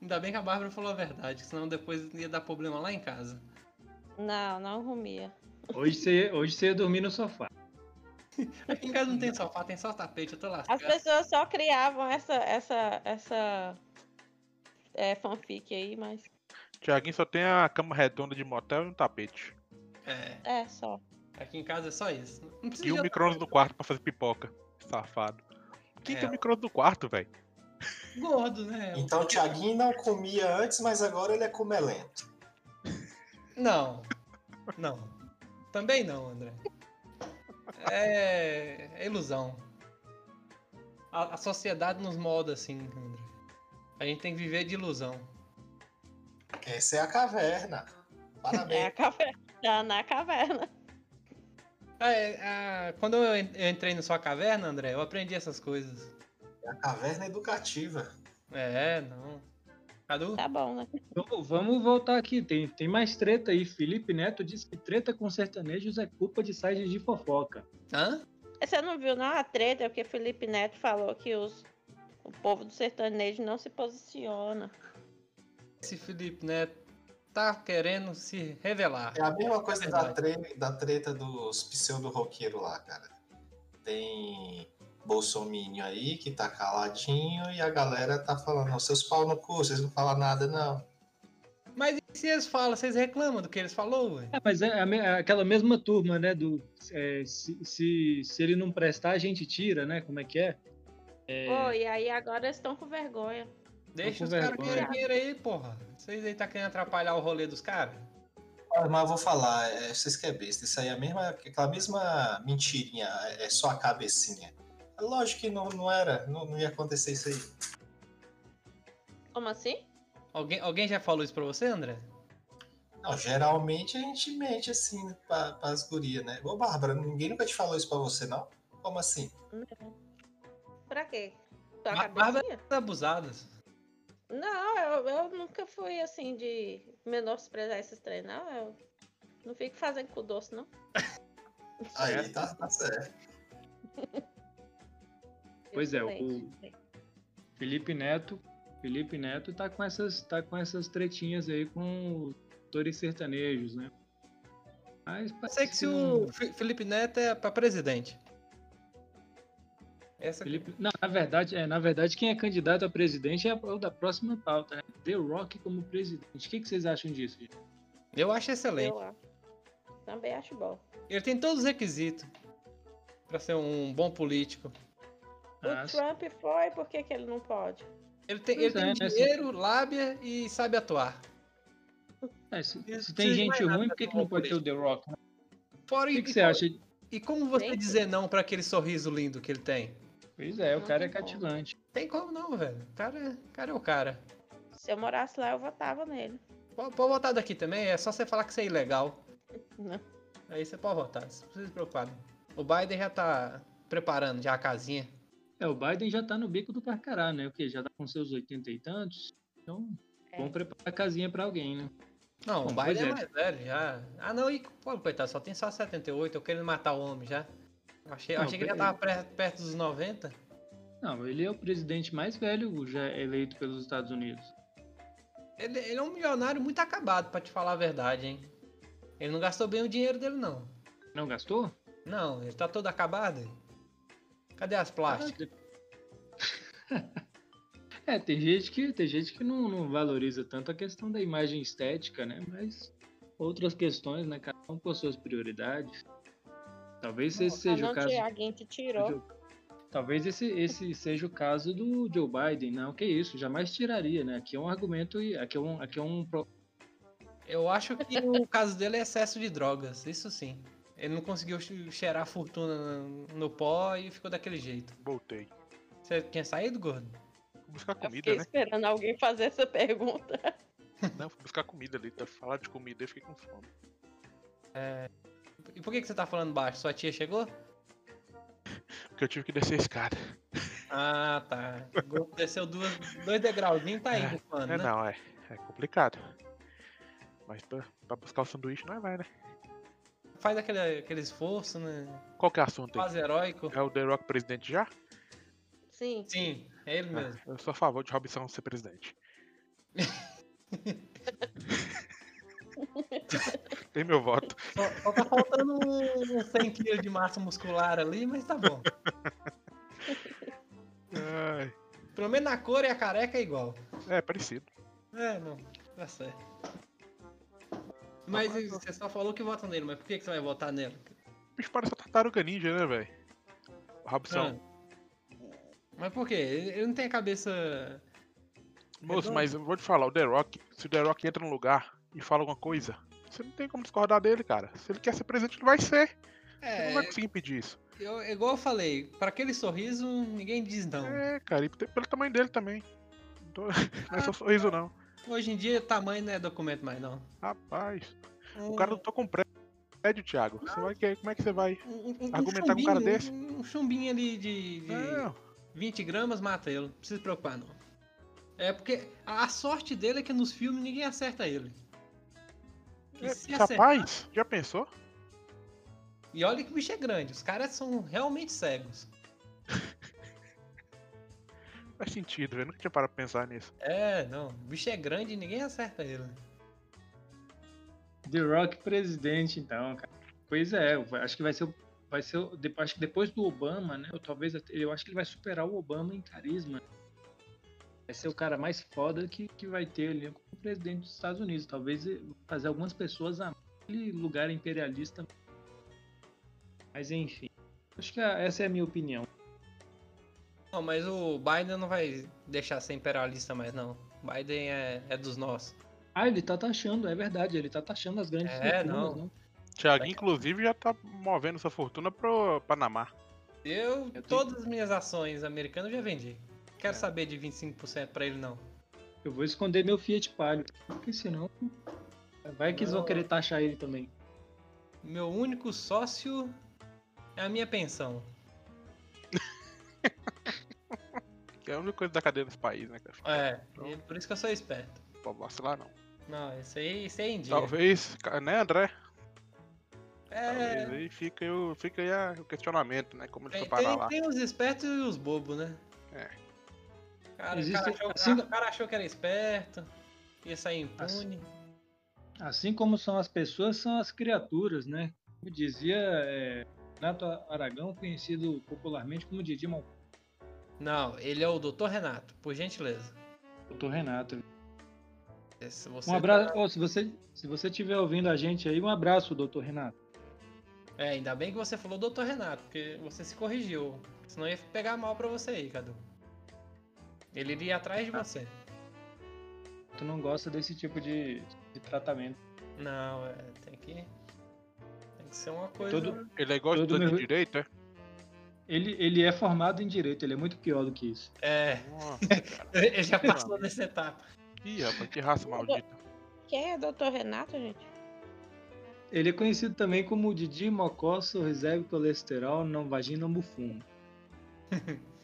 Ainda bem que a Bárbara falou a verdade, que senão depois ia dar problema lá em casa.
Não, não comia.
Hoje você, hoje você ia dormir no sofá.
Aqui em casa não tem sofá, tem só tapete, eu tô lascado.
As pessoas só criavam essa, essa, essa é, fanfic aí, mas
Tiaguinho só tem a cama redonda de motel e um tapete.
É,
é só.
aqui em casa é só isso. Não precisa de
E um
outra
micro-ondas no quarto pra fazer pipoca. Safado. Quem
tá É.
tem um micro-ondas no quarto, velho?
coisa. gordo, né?
Então o Thiaguinho não comia antes, mas agora ele é comelento.
Não. Não. Também não, André. É, é ilusão. A, a sociedade nos molda assim, André. A gente tem que viver de ilusão.
Essa é a caverna.
É
Parabéns.
a caverna. Tá na caverna.
É, a- quando eu en- eu entrei na sua caverna, André, eu aprendi essas coisas.
É a caverna educativa.
É, não. Cadu?
Tá bom, né?
Vamos, vamos voltar aqui. Tem, tem mais treta aí. Felipe Neto diz que treta com sertanejos é culpa de sites de fofoca.
Hã?
Você não viu não a treta, é porque Felipe Neto falou que os, o povo do sertanejo não se posiciona.
Esse Felipe Neto tá querendo se revelar.
É a mesma coisa da
verdade.
treta, da treta dos pseudo-roqueiros lá, cara. Tem bolsominho aí que tá caladinho e a galera tá falando, "Não, seus pau no cu, vocês não falam nada, não.
Mas e se eles falam, vocês reclamam do que eles falou, ué?
É, mas é, a me- é aquela mesma turma, né? Do, é, se, se, se ele não prestar, a gente tira, né? Como é que é?
Pô, e aí agora eles estão com vergonha.
Deixa
com
os caras
vergonha.
ganhar dinheiro aí, porra. Vocês aí tá querendo atrapalhar o rolê dos caras?
Ah, Mas eu vou falar, é, vocês que é besta, isso aí é a mesma, aquela mesma mentirinha, é só a cabecinha. Lógico que não, não era, não, não ia acontecer isso aí.
Como assim?
Alguém, alguém já falou isso pra você, André?
Não, geralmente a gente mente assim pra, pras gurias, né? Ô, Bárbara, ninguém nunca te falou isso pra você, não? Como assim?
Pra quê?
Ba-
Sua cabecinha?
Tá Abusadas.
Não, eu, eu nunca fui assim de menosprezar esses trem, não. Eu não fico fazendo cu doce, não.
Aí tá, tá certo.
Pois é, o-
Infelizmente.
Felipe Neto. Felipe Neto tá com essas, tá com essas tretinhas aí com os atores sertanejos, né? Mas
Eu
parece
sei que se
não-
o Fi- Felipe Neto é pra presidente. Essa
Felipe- Não, na verdade, é, na verdade, quem é candidato a presidente é o da próxima pauta, né? The Rock como presidente. O que, que vocês acham disso? gente?
Eu acho excelente.
Eu acho. Também acho bom.
Ele tem todos os requisitos pra ser um bom político.
Ah,
o Trump foi, por que, que ele não pode?
Ele tem,
Pois
ele tem
é, né,
dinheiro, lábia e sabe atuar.
é, se,
Isso
se tem
precisa de
gente
mais nada
ruim, por
pra
que, que
tomar
não pode ter o The Rock? né?
Fora
O que,
e,
que você acha?
e como você
Gente.
dizer não pra aquele sorriso lindo que ele tem?
Pois é, o
Não
cara é
tem como.
cativante.
Tem como não, velho. O cara, é- o cara é o cara.
Se eu morasse lá, eu votava nele.
Pode, pode votar daqui também, é só você falar que você é ilegal.
Não.
Aí você pode votar, você não precisa se preocupar. não. O Biden já tá preparando já a casinha.
É, o Biden já tá no bico do carcará, né? O quê? Já tá com seus 80 e tantos? Então,
É.
vamos preparar a casinha pra alguém, né?
Não,
Bom,
o Biden
pois
é.
é.
mais velho já. Ah não, e pô, coitado, só tem só 78, eu querendo matar o homem já. Eu Achei, eu
Não, é.
achei que ele já
beleza.
tava pre- perto dos 90.
Não, ele é o presidente mais velho já eleito pelos Estados Unidos.
Ele, ele é um milionário muito acabado, pra te falar a verdade, hein. Ele não gastou bem o dinheiro dele, não.
Não gastou?
Não, ele tá todo acabado. Cadê as plásticas?
É, tem gente que, tem gente que não, não valoriza tanto a questão da imagem estética, né? Mas outras questões, né? Cada um com as suas prioridades. Talvez esse
Ah,
seja
não,
o caso.
Tiaguinho te tirou.
Então, Talvez esse, esse seja o caso do Joe Biden. Não, que é isso, jamais tiraria, né? Aqui é um argumento, e- aqui é um, aqui é um pro-
Eu acho que o caso dele é excesso de drogas, isso sim. Ele não conseguiu che- cheirar a fortuna no- no pó e ficou daquele jeito.
Voltei.
Você tinha saído, gordo?
Fui buscar
Eu
comida,
fiquei
né?
esperando alguém fazer essa pergunta.
Não, fui buscar comida ali. Tá falar de comida, eu fiquei com fome.
E por que, que você tá falando baixo? Sua tia chegou?
Porque eu tive que descer a escada.
Ah, tá. O gordo desceu duas, dois degrauzinhos, tá aí, bufando,
É,
né?
não, é. É complicado. Mas pra, pra buscar o sanduíche não é vai, né?
Faz aquele, aquele esforço, né?
Qual que é o assunto aí?
Quase heróico.
É o The Rock presidente já?
Sim.
Sim, é ele mesmo.
Eu sou a favor de Robson ser presidente. Tem meu voto.
Só, só tá faltando um- uns 100 quilos de massa muscular ali, mas tá bom.
Ai,
Pelo menos na cor e a careca é igual.
É, parecido.
É, não, tá certo. Mas e- você só falou que vota nele, mas por que, que você vai votar nele?
O bicho parece uma tartaruga ninja, né, velho? O
Ah,
Robson.
é Mas por quê? Ele ele não tem a cabeça.
Moço,
Redondo.
mas eu vou te falar, o The Rock, se o The Rock entra num lugar e fala alguma coisa, você não tem como discordar dele, cara. Se ele quer ser presidente, ele vai ser. Você
É,
não vai conseguir impedir isso.
eu, é igual eu falei, pra aquele sorriso ninguém diz não.
É, cara, e pe- pelo tamanho dele também. Tô- Não é
Ah,
só sorriso,
tá.
não.
Hoje em dia, tamanho não é documento mais, não.
Rapaz,
Um,
o cara não tá com prédio, Thiago. Você vai querer- como é que você vai?
um- um- um
argumentar com um cara
chumbinho,
desse?
Um, um chumbinho ali de, de
Não,
20 gramas mata ele, não precisa se preocupar, não. É porque a a sorte dele é que nos filmes ninguém acerta ele. E
é,
se acertar-
rapaz, já pensou?
E olha que o bicho é grande, os caras são realmente cegos.
Faz sentido, velho. Nunca tinha parado pra pensar nisso.
É, não, o bicho é grande e ninguém acerta ele.
The Rock presidente, então, cara. Pois é, eu acho que vai ser o. Vai ser, o- de- acho que depois do Obama, né? Ou talvez até- eu acho que ele vai superar o Obama em carisma. Vai ser o cara mais foda que, que vai ter ali como presidente dos Estados Unidos. Talvez eh, fazer algumas pessoas amar aquele lugar imperialista. Mas enfim. Acho que a- essa é a minha opinião.
Não, mas o Biden não vai deixar ser imperialista mais, não. Biden é, é dos nossos.
Ah, ele tá taxando, é verdade, ele tá taxando as grandes
É,
fortunas,
não.
né?
É.
Thiago, inclusive, já tá movendo sua fortuna pro Panamá.
Eu,
tenho-
todas as minhas ações americanas eu já vendi. Quero saber de 25% pra ele, não.
Eu vou esconder meu Fiat Palio, porque senão vai que eles vão
Não.
querer taxar ele também.
Meu único sócio é a minha pensão.
Que é a única coisa da cadeia desse país, né, cara?
É, e por isso que eu sou esperto.
Pô, vacilar não.
Não, isso aí, isso aí é em dia.
Talvez, né, André?
É,
Talvez aí fica, aí o- fica aí a- o questionamento, né? Como ele
tem,
foi parar
tem-
lá.
tem os espertos e os bobos, né?
É.
Cara, o,
Existe-
cara achou,
assim-
o cara achou que era esperto, ia sair impune.
Assim como são as pessoas, são as criaturas, né? Como dizia é, Renato Aragão, conhecido popularmente como Didi Mal.
Não, ele é o Dr. Renato, por gentileza.
Doutor Renato.
Se você tá-
Um abraço. ó, se você se você estiver ouvindo a gente aí, um abraço, doutor Renato.
É, ainda bem que você falou Dr. Renato, porque você se corrigiu. Senão ia pegar mal pra você aí, Cadu. Ele iria atrás de
Ah.
você.
Tu não gosta desse tipo de, de tratamento.
Não, é, tem que. Tem que ser uma coisa.
Todo,
Ele é igual
Todo
estudante de
meu-
direito, é?
ele, ele é formado em direito, ele é muito pior do que isso.
É,
Nossa, cara.
ele já passou nessa etapa.
Ih, rapaz, que raça maldita.
Quem é Dr. Renato, gente?
Ele é conhecido também como Didi Mocó, Sorrisério Colesterol, Não Vagina Mufumo.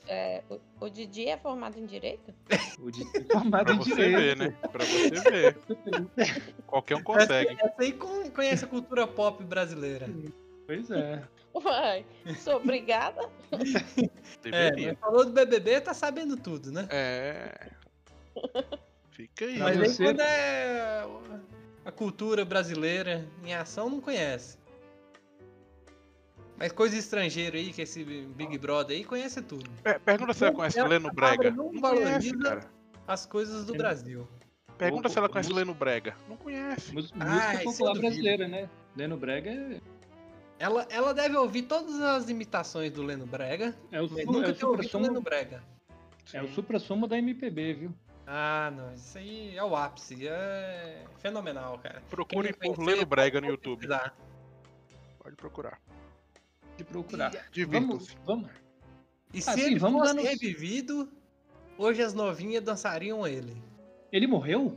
É, o, o Didi é formado em direito?
O Didi é formado
Pra
em
você
direito.
ver, né? Pra você ver. Qualquer um consegue.
Essa aí con- conhece a cultura pop brasileira.
Pois é.
Uai, sou obrigada?
É,
Deveria.
mas falou do BBB, tá sabendo tudo, né?
É. Fica aí.
Pra
Mas
né?
aí
você-
quando é a cultura brasileira em ação, não conhece. Mas coisa estrangeira aí, que esse Big Brother aí conhece tudo.
Per- Pergunta se ela conhece Leno Brega.
não
Não
valoriza-
conhece, cara.
As coisas do
É.
Brasil.
Pergunta se ela conhece
Música-
Leno Brega. Não conhece.
Música
Ah, isso eu
popular
duvido.
brasileira, né? Leno Brega é
Ela, ela deve ouvir todas as imitações do Leno Brega,
É o,
mas
su- é
nunca
o
ter ouvido o Leno
supra-sumo
Brega.
é o supra-sumo da MPB, viu?
Ah, não, isso aí é o ápice, é fenomenal, cara.
Procurem
Quem
por
conhecer,
Leno Brega no
pode
YouTube.
pesquisar.
Pode procurar.
De procurar. Vamos,
Divirtam-se.
vamos.
E Ah, se
Assim,
ele
vamos
fosse
dar nos-
revivido, hoje as novinhas dançariam ele.
Ele morreu?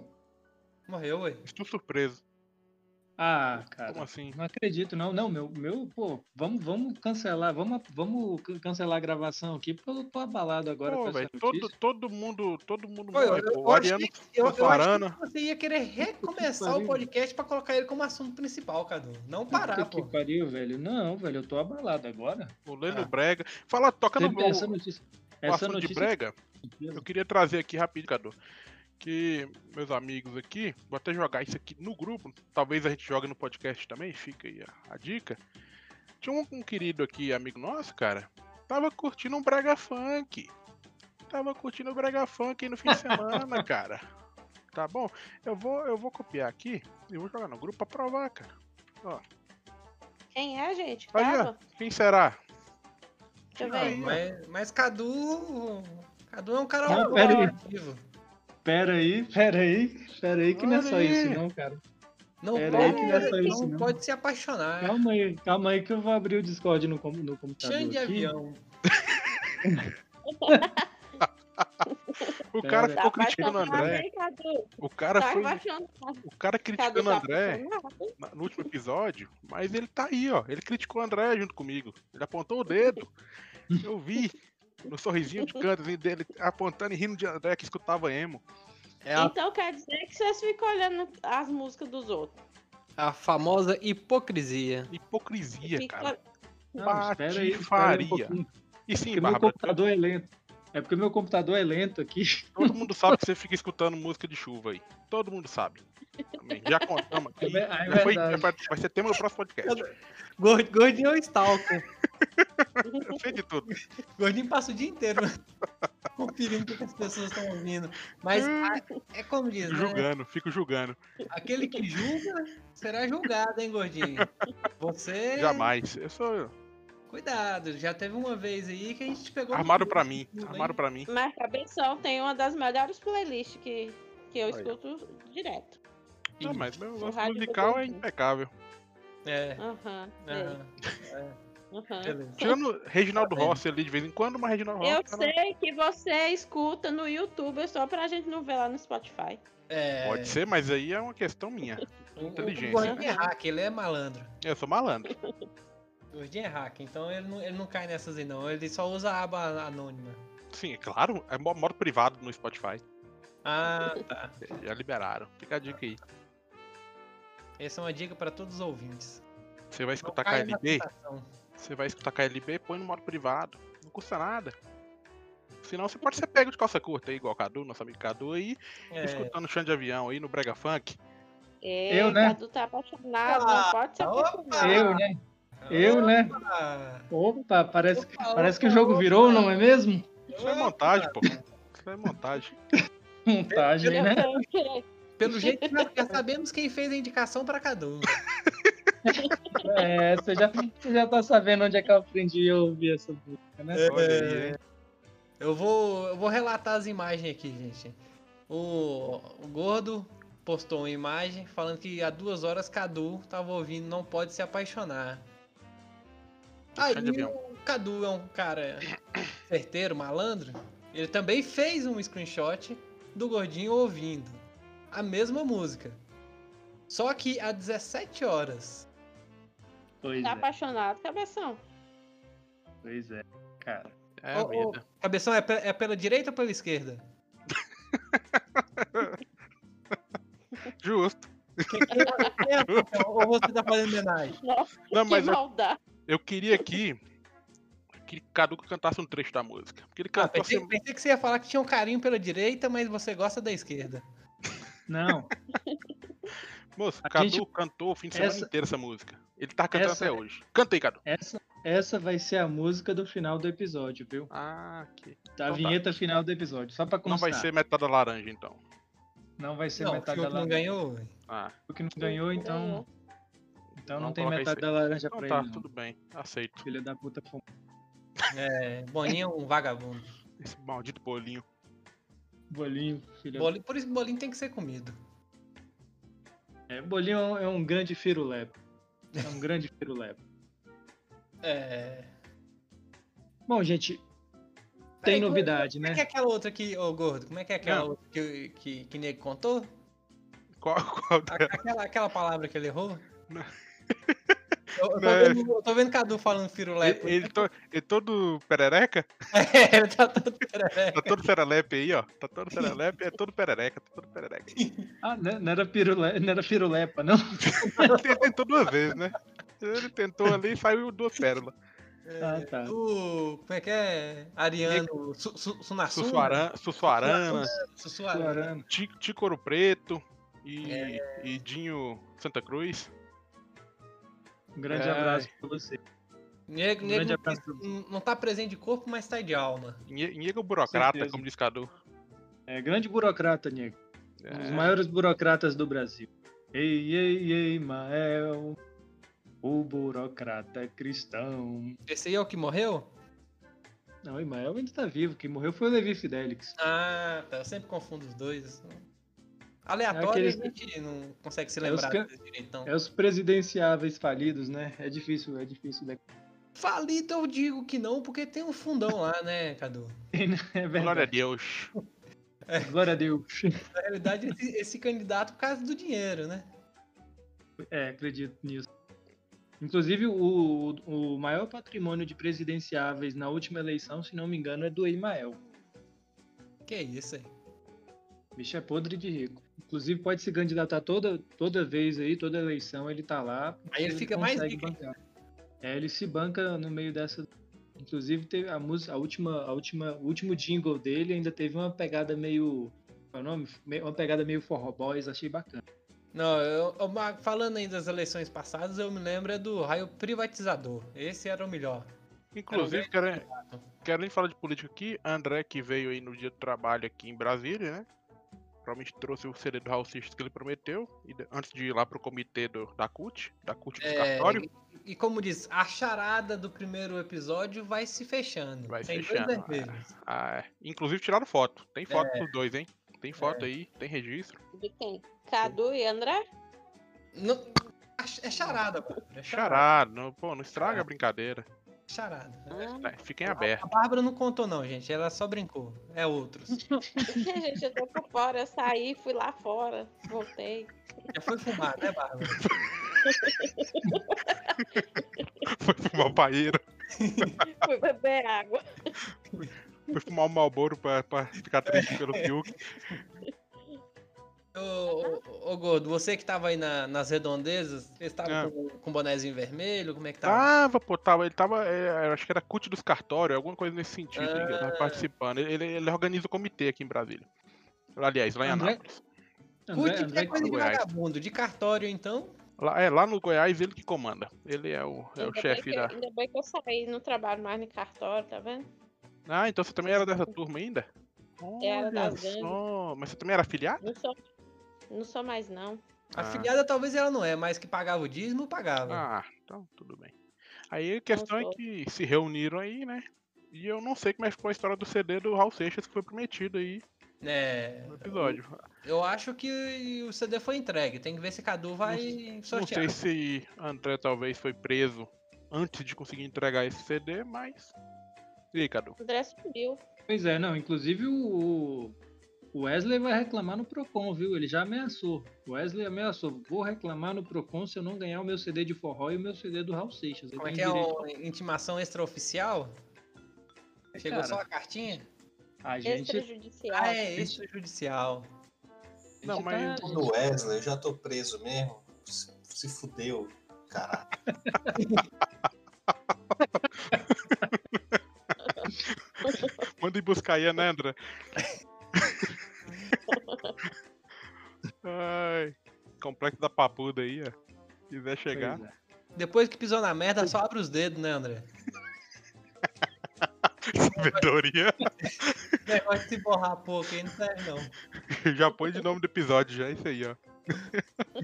Morreu, ué.
Estou surpreso.
Ah,
Como
cara.
assim?
Não acredito, não. Não, meu, meu pô, vamos, vamos cancelar, vamos, vamos can- cancelar a gravação aqui, porque eu tô abalado agora
Pô,
com essa
velho, todo,
notícia.
todo mundo, todo mundo
Pô, eu-
morre,
eu
pô. O
achei
Ariano
Eu, eu acho
Farana.
que você ia querer recomeçar
pariu.
o podcast pra colocar ele como assunto principal, Cadu. Não
Puta
parar,
que
pô.
pariu, velho. Não, velho, eu tô abalado agora.
O Leno
Ah.
Brega. Fala, toca no
Sempre essa
o,
notícia.
o
Essa
assunto de
notícia.
Brega. Eu queria trazer aqui rápido, Cadu. Que meus amigos aqui, vou até jogar isso aqui no grupo. Talvez a gente jogue no podcast também, fica aí a, a dica. Tinha um, um querido aqui, amigo nosso, cara. Tava curtindo um Brega Funk. Tava curtindo o Brega Funk aí no fim de semana, cara. Tá bom? Eu vou, eu vou copiar aqui e vou jogar no grupo pra provar, cara.
Quem é, gente?
Aí, ó.
Tava?
Quem será?
Deixa eu
Aí,
ver.
ó.
Mas, mas Cadu. Cadu é um cara
Não, pera aí.
colaborativo.
Pera aí, pera aí, pera aí, que não é só
Olha aí.
isso, não, cara.
Não,
Pera aí
pode,
que não é só isso,
não
não.
pode se apaixonar.
Calma aí, calma aí que eu vou abrir o Discord no, com- no computador.
Xande de
aqui.
avião.
O
Pera
cara
aí.
Tá
ficou criticando o
apaixonado,
André.
hein, Cadu?
O cara
Tá
foi.
apaixonado.
O cara criticando
Cadu
o
tá
André.
apaixonado. hein?
na- no último episódio, mas ele tá aí, ó. Ele criticou o André junto comigo. Ele apontou o dedo. Eu vi no sorrisinho de canto assim, dele apontando e rindo de André que escutava emo.
É a,
Então quer dizer que vocês ficam olhando as músicas dos outros.
a famosa hipocrisia.
Hipocrisia,
Fica-
cara.
Não, espera aí, espera aí um
Patifaria.
pouquinho.
E sim,
porque meu
Bárbara,
computador é lento. É porque meu computador é lento aqui.
todo mundo sabe que você fica escutando música de chuva aí. Todo mundo sabe. Também. Já contamos aqui.
É, é
Já foi-
verdade.
vai vai ser tema do próximo podcast.
Gord- Gordinho é o stalker.
Eu sei de tudo.
Gordinho passa o dia inteiro né? conferindo o que que as pessoas estão ouvindo. Mas a- é como diz,
Fico
né?
julgando, fico julgando.
Aquele que julga será julgado, hein, Gordinho? Você.
Jamais. Eu sou
Cuidado, já teve uma vez aí que a gente pegou.
armado
no-
pra mim.
no-
Armado pra mim.
Mas a Benção tem uma das melhores playlists que, que eu
Aí, ó.
escuto direto.
Não, mas meu gosto
rádio
musical é
Rodolfo.
impecável.
É.
Aham. sei,
aham,
aham.
beleza.
Tirando Reginaldo
Tá vendo?
Rossi ali de vez em quando, mas Reginaldo
Eu
Rossi tá na-
sei que você escuta no YouTube só pra gente não ver lá no Spotify.
É,
pode ser, mas aí é uma questão minha.
o- o
inteligência,
Gordinho
né?
é hack, ele é malandro.
Eu sou malandro.
O Gordinho é hack, então ele não, ele não cai nessas aí não. Ele só usa a aba anônima.
Sim, é claro, é mo- modo privado no Spotify.
Ah, tá.
Já liberaram. Fica a dica aí.
Essa é uma dica pra todos os ouvintes.
Você vai escutar
caia na
KLB?
tentação.
Você vai escutar KLB, põe no modo privado. Não custa nada. Senão você pode ser pego de calça curta aí, igual o Cadu, nosso amigo Cadu aí,
É,
escutando o chão de avião aí no Brega Funk.
Ei,
Eu, né?
Cadu tá apaixonado, não pode se
opa!
apaixonar.
Eu, né? Eu, né?
opa!
Opa, parece,
Opa,
parece que o
opa,
jogo
opa.
virou, não é mesmo?
Isso é montagem, pô. Isso é montagem.
Montagem, né?
Então, que-
Pelo jeito, já, já sabemos quem fez a indicação pra Cadu.
É, você já, você já tá sabendo onde é que eu aprendi a ouvir essa música,
É.
né?
Olha aí, hein?
Eu vou, eu vou relatar as imagens aqui, gente. O, o Gordo postou uma imagem falando que há duas horas Cadu tava ouvindo Não Pode Se Apaixonar. Aí
Chão Tá de avião.
o Cadu é um cara certeiro, malandro. Ele também fez um screenshot do Gordinho ouvindo a mesma música. Só que às 17 horas.
Pois
Tá
é,
apaixonado, cabeção.
pois é, cara.
É a
Ô, ô,
vida.
Cabeção, é, pe- é pela direita ou pela esquerda?
Justo.
É, ou você tá fazendo homenagem?
Nossa,
Não,
que
mas eu
maldade.
Eu queria aqui que Cadu cantasse um trecho da música. Porque ele
Ah,
cantou
pensei,
assim,
pensei que você ia falar que tinha um carinho pela direita, mas você gosta da esquerda.
Não,
moço,
a
Cadu
gente-
cantou o fim de semana
essa-
inteiro essa música. Ele tá cantando
essa- é-
até hoje. Canta aí, Cadu.
essa, essa vai ser a música do final do episódio, viu?
Ah, que.
A
tá.
vinheta final do episódio, só pra
Não
constar.
vai ser metade da laranja, então.
Não vai ser
Não, o
metade
Fiuk
da
não
ganhou.
ganhou.
Ah,
que não ganhou, então... Então não,
Vamos
tem
colocar
metade
isso
da laranja
Então
pra
tá,
ele, não.
tudo bem, aceito.
Filha da puta com
É, Boninho é um vagabundo.
Esse maldito bolinho.
um bolinho. Filha da-
Bolinho- por isso que bolinho tem que ser comido.
É, bolinho é um- é um grande firulepo. É um grande firulepo.
É.
Bom, gente, tem
Aí, como-
novidade,
Como é
né?
que é aquela outra que, ô gordo, como é que é aquela
Não.
outra que, que, que nego contou?
Qual, qual
A-
da-
Aquela, aquela palavra que ele errou?
Não.
Eu, eu tô,
Não, é-
vendo, eu tô vendo Cadu falando firulepo.
Ele, ele to- ele tá todo perereca?
ele tá todo perereca.
Tá todo serelepe aí, ó. Tá todo serelepe, é todo perereca, tá todo perereca.
Ah, não, não era pirule... não era firulepa, não?
Ele tentou duas vezes, né? Ele tentou ali e saiu duas pérolas.
É,
Ah, tá.
O, como é que é? Ariano su, su, Sunassuna?
Sussuarana, Sussuarana
Sussuarana.
Florana.
Ti- Tícoro Preto e,
É.
e Dinho Santa Cruz.
Um grande
Ai.
abraço pra você.
Nego,
Um
nego
grande
não
abraço.
tem- não, tá presente de corpo, mas tá de alma.
Nie- Niego burocrata,
Certeza.
como diz Cadu.
É grande burocrata, Nego. Um dos
É.
maiores burocratas do Brasil. Ei, ei, ei, Mael. O burocrata cristão.
Esse aí é o que morreu?
Não, Imael ainda tá vivo. Quem morreu foi o Levi Fidelix.
Ah, tá. Eu sempre confundo os dois. assim. Aleatório,
Aqueles-
a gente não consegue se
É os
lembrar
can-
deles direito, então. não.
É os presidenciáveis falidos, né? É difícil, é difícil. né?
Falido eu digo que não, porque tem um fundão lá, né, Cadu?
É
Glória a
verdade.
Deus.
Glória a Deus.
Na realidade, esse, esse candidato por causa do dinheiro, né?
É, acredito nisso. Inclusive, o, o maior patrimônio de presidenciáveis na última eleição, se não me engano, é do Imael.
Que é isso aí.
O bicho é podre de rico. Inclusive, pode se candidatar toda, toda vez aí, toda eleição, ele tá lá. porque
Aí ele fica mais
consegue
rico
bancar. É, ele se banca no meio dessa. Inclusive, teve a música, a última, a última, o último jingle dele ainda teve uma pegada meio. Qual é o nome? Me- Uma pegada meio forró boys, achei bacana.
Não, eu- eu- ma- falando aí das eleições passadas, eu me lembro é do raio privatizador. Esse era o melhor.
Inclusive, quero, quero nem falar de política aqui. André, que veio aí no dia do trabalho aqui em Brasília, né? Provavelmente trouxe o CD do Raul Seixas que ele prometeu, e de- antes de ir lá pro comitê do, da CUT, da CUT do
É,
cartório.
e, e como diz, a charada do primeiro episódio vai se fechando.
Vai
Tem
fechando,
dois
é.
herdeiros.
Ah, é. Inclusive tiraram foto. Tem foto
É.
dos dois, hein? Tem foto aí, tem registro.
Tá.
De quem? Cadu e André?
Não- é charada, Bárbara. É charada.
Charado, não, pô, não estraga a brincadeira.
charada.
Né, Fiquem
Tá.
A
abertos.
Bárbara não contou, não, gente. Ela só brincou. É outros.
Gente, eu tô por fora. Eu saí, fui lá fora, voltei.
Já foi fumar, né, Bárbara?
Foi fumar o paeiro,
Fui beber água.
foi fumar o Malboro pra, pra ficar triste pelo Fiuk.
Ô, ô, ô, Gordo, você que tava aí na- nas redondezas, você estava
Ah.
com, com bonézinho vermelho? Como é que tava?
Tava, pô, tava, ele tava, é, eu acho que era CUT dos cartórios, alguma coisa nesse sentido, hein, que ele tava participando. Ele, ele- ele organiza o comitê aqui em Brasília. Aliás, lá em
André-
Anápolis. Ah,
André,
Curte que é
André,
coisa de
Goiás.
vagabundo, de cartório então.
Lá, é, lá no Goiás ele que comanda. Ele é o, é o
Ainda bem
chefe
que-
da.
Ainda bem que eu saí, não trabalho mais no cartório, tá vendo?
Ah, então você também era dessa turma ainda?
Era
Olha
das gangues.
só, mas você também era afiliado?
Não sou, não sou mais, não.
A
Ah.
filiada talvez ela não é, mas que pagava o dízimo, pagava.
Ah, então tudo bem. Aí a questão é
sou.
que se reuniram aí, né? E eu não sei como é que ficou a história do CD do Raul Seixas que foi prometido aí
É,
no episódio.
eu acho que o CD foi entregue. Tem que ver se Cadu vai
Não sei
sortear.
se André talvez foi preso antes de conseguir entregar esse CD, mas. E aí, Cadu?
O André sumiu.
Pois é, não. Inclusive o o Wesley vai reclamar no Procon, viu? Ele já ameaçou. O Wesley ameaçou. Vou reclamar no Procon se eu não ganhar o meu CD de forró e o meu CD do Raul Seixas. Eu
Como é
tenho
que é
direito-
uma intimação extraoficial? Chegou
Cara,
só a cartinha?
A gente.
Extrajudicial.
Ah, é extrajudicial.
Não,
Não,
mas-
mas...
No Wesley, eu já tô preso mesmo. Se, se fudeu, caralho.
Manda ir buscar aí, né, André? Ai, complexo da papuda aí, ó. Quiser chegar.
é.
Depois que pisou na merda, só abre os dedos, né, André?
Sabedoria.
Negócio de se borrar pouco aí não serve, não.
Já põe de nome do episódio, já é isso aí, ó.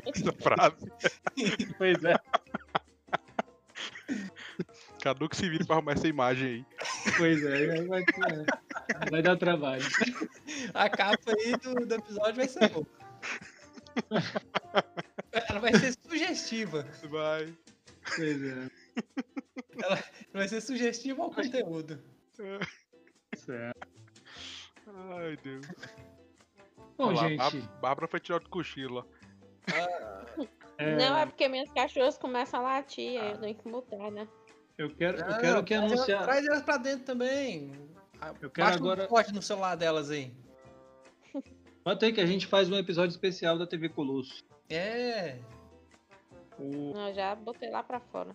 Essa frase.
Pois é.
Cadu que se vira pra arrumar essa imagem aí.
Pois é, aí vai, vai dar trabalho.
A capa aí do, do episódio vai ser boa. Ela vai ser sugestiva.
Vai.
Pois é.
Vai ser sugestiva ao conteúdo.
Certo.
Ai, Deus.
Bom,
Olha lá,
gente,
Bá- Bárbara foi tirada do cochilo. ó.
é,
Não, é porque minhas cachorras começam a latir,
Ah.
aí eu tenho que mudar, né?
eu quero, eu
Não,
quero que
Ah, traz elas-
anunciar.
Traz elas pra dentro também.
Eu quero
Baixa
agora-
um corte no celular delas aí.
Bota aí que a gente faz um episódio especial da TV Colosso.
É.
O-
Não, eu já botei lá pra fora.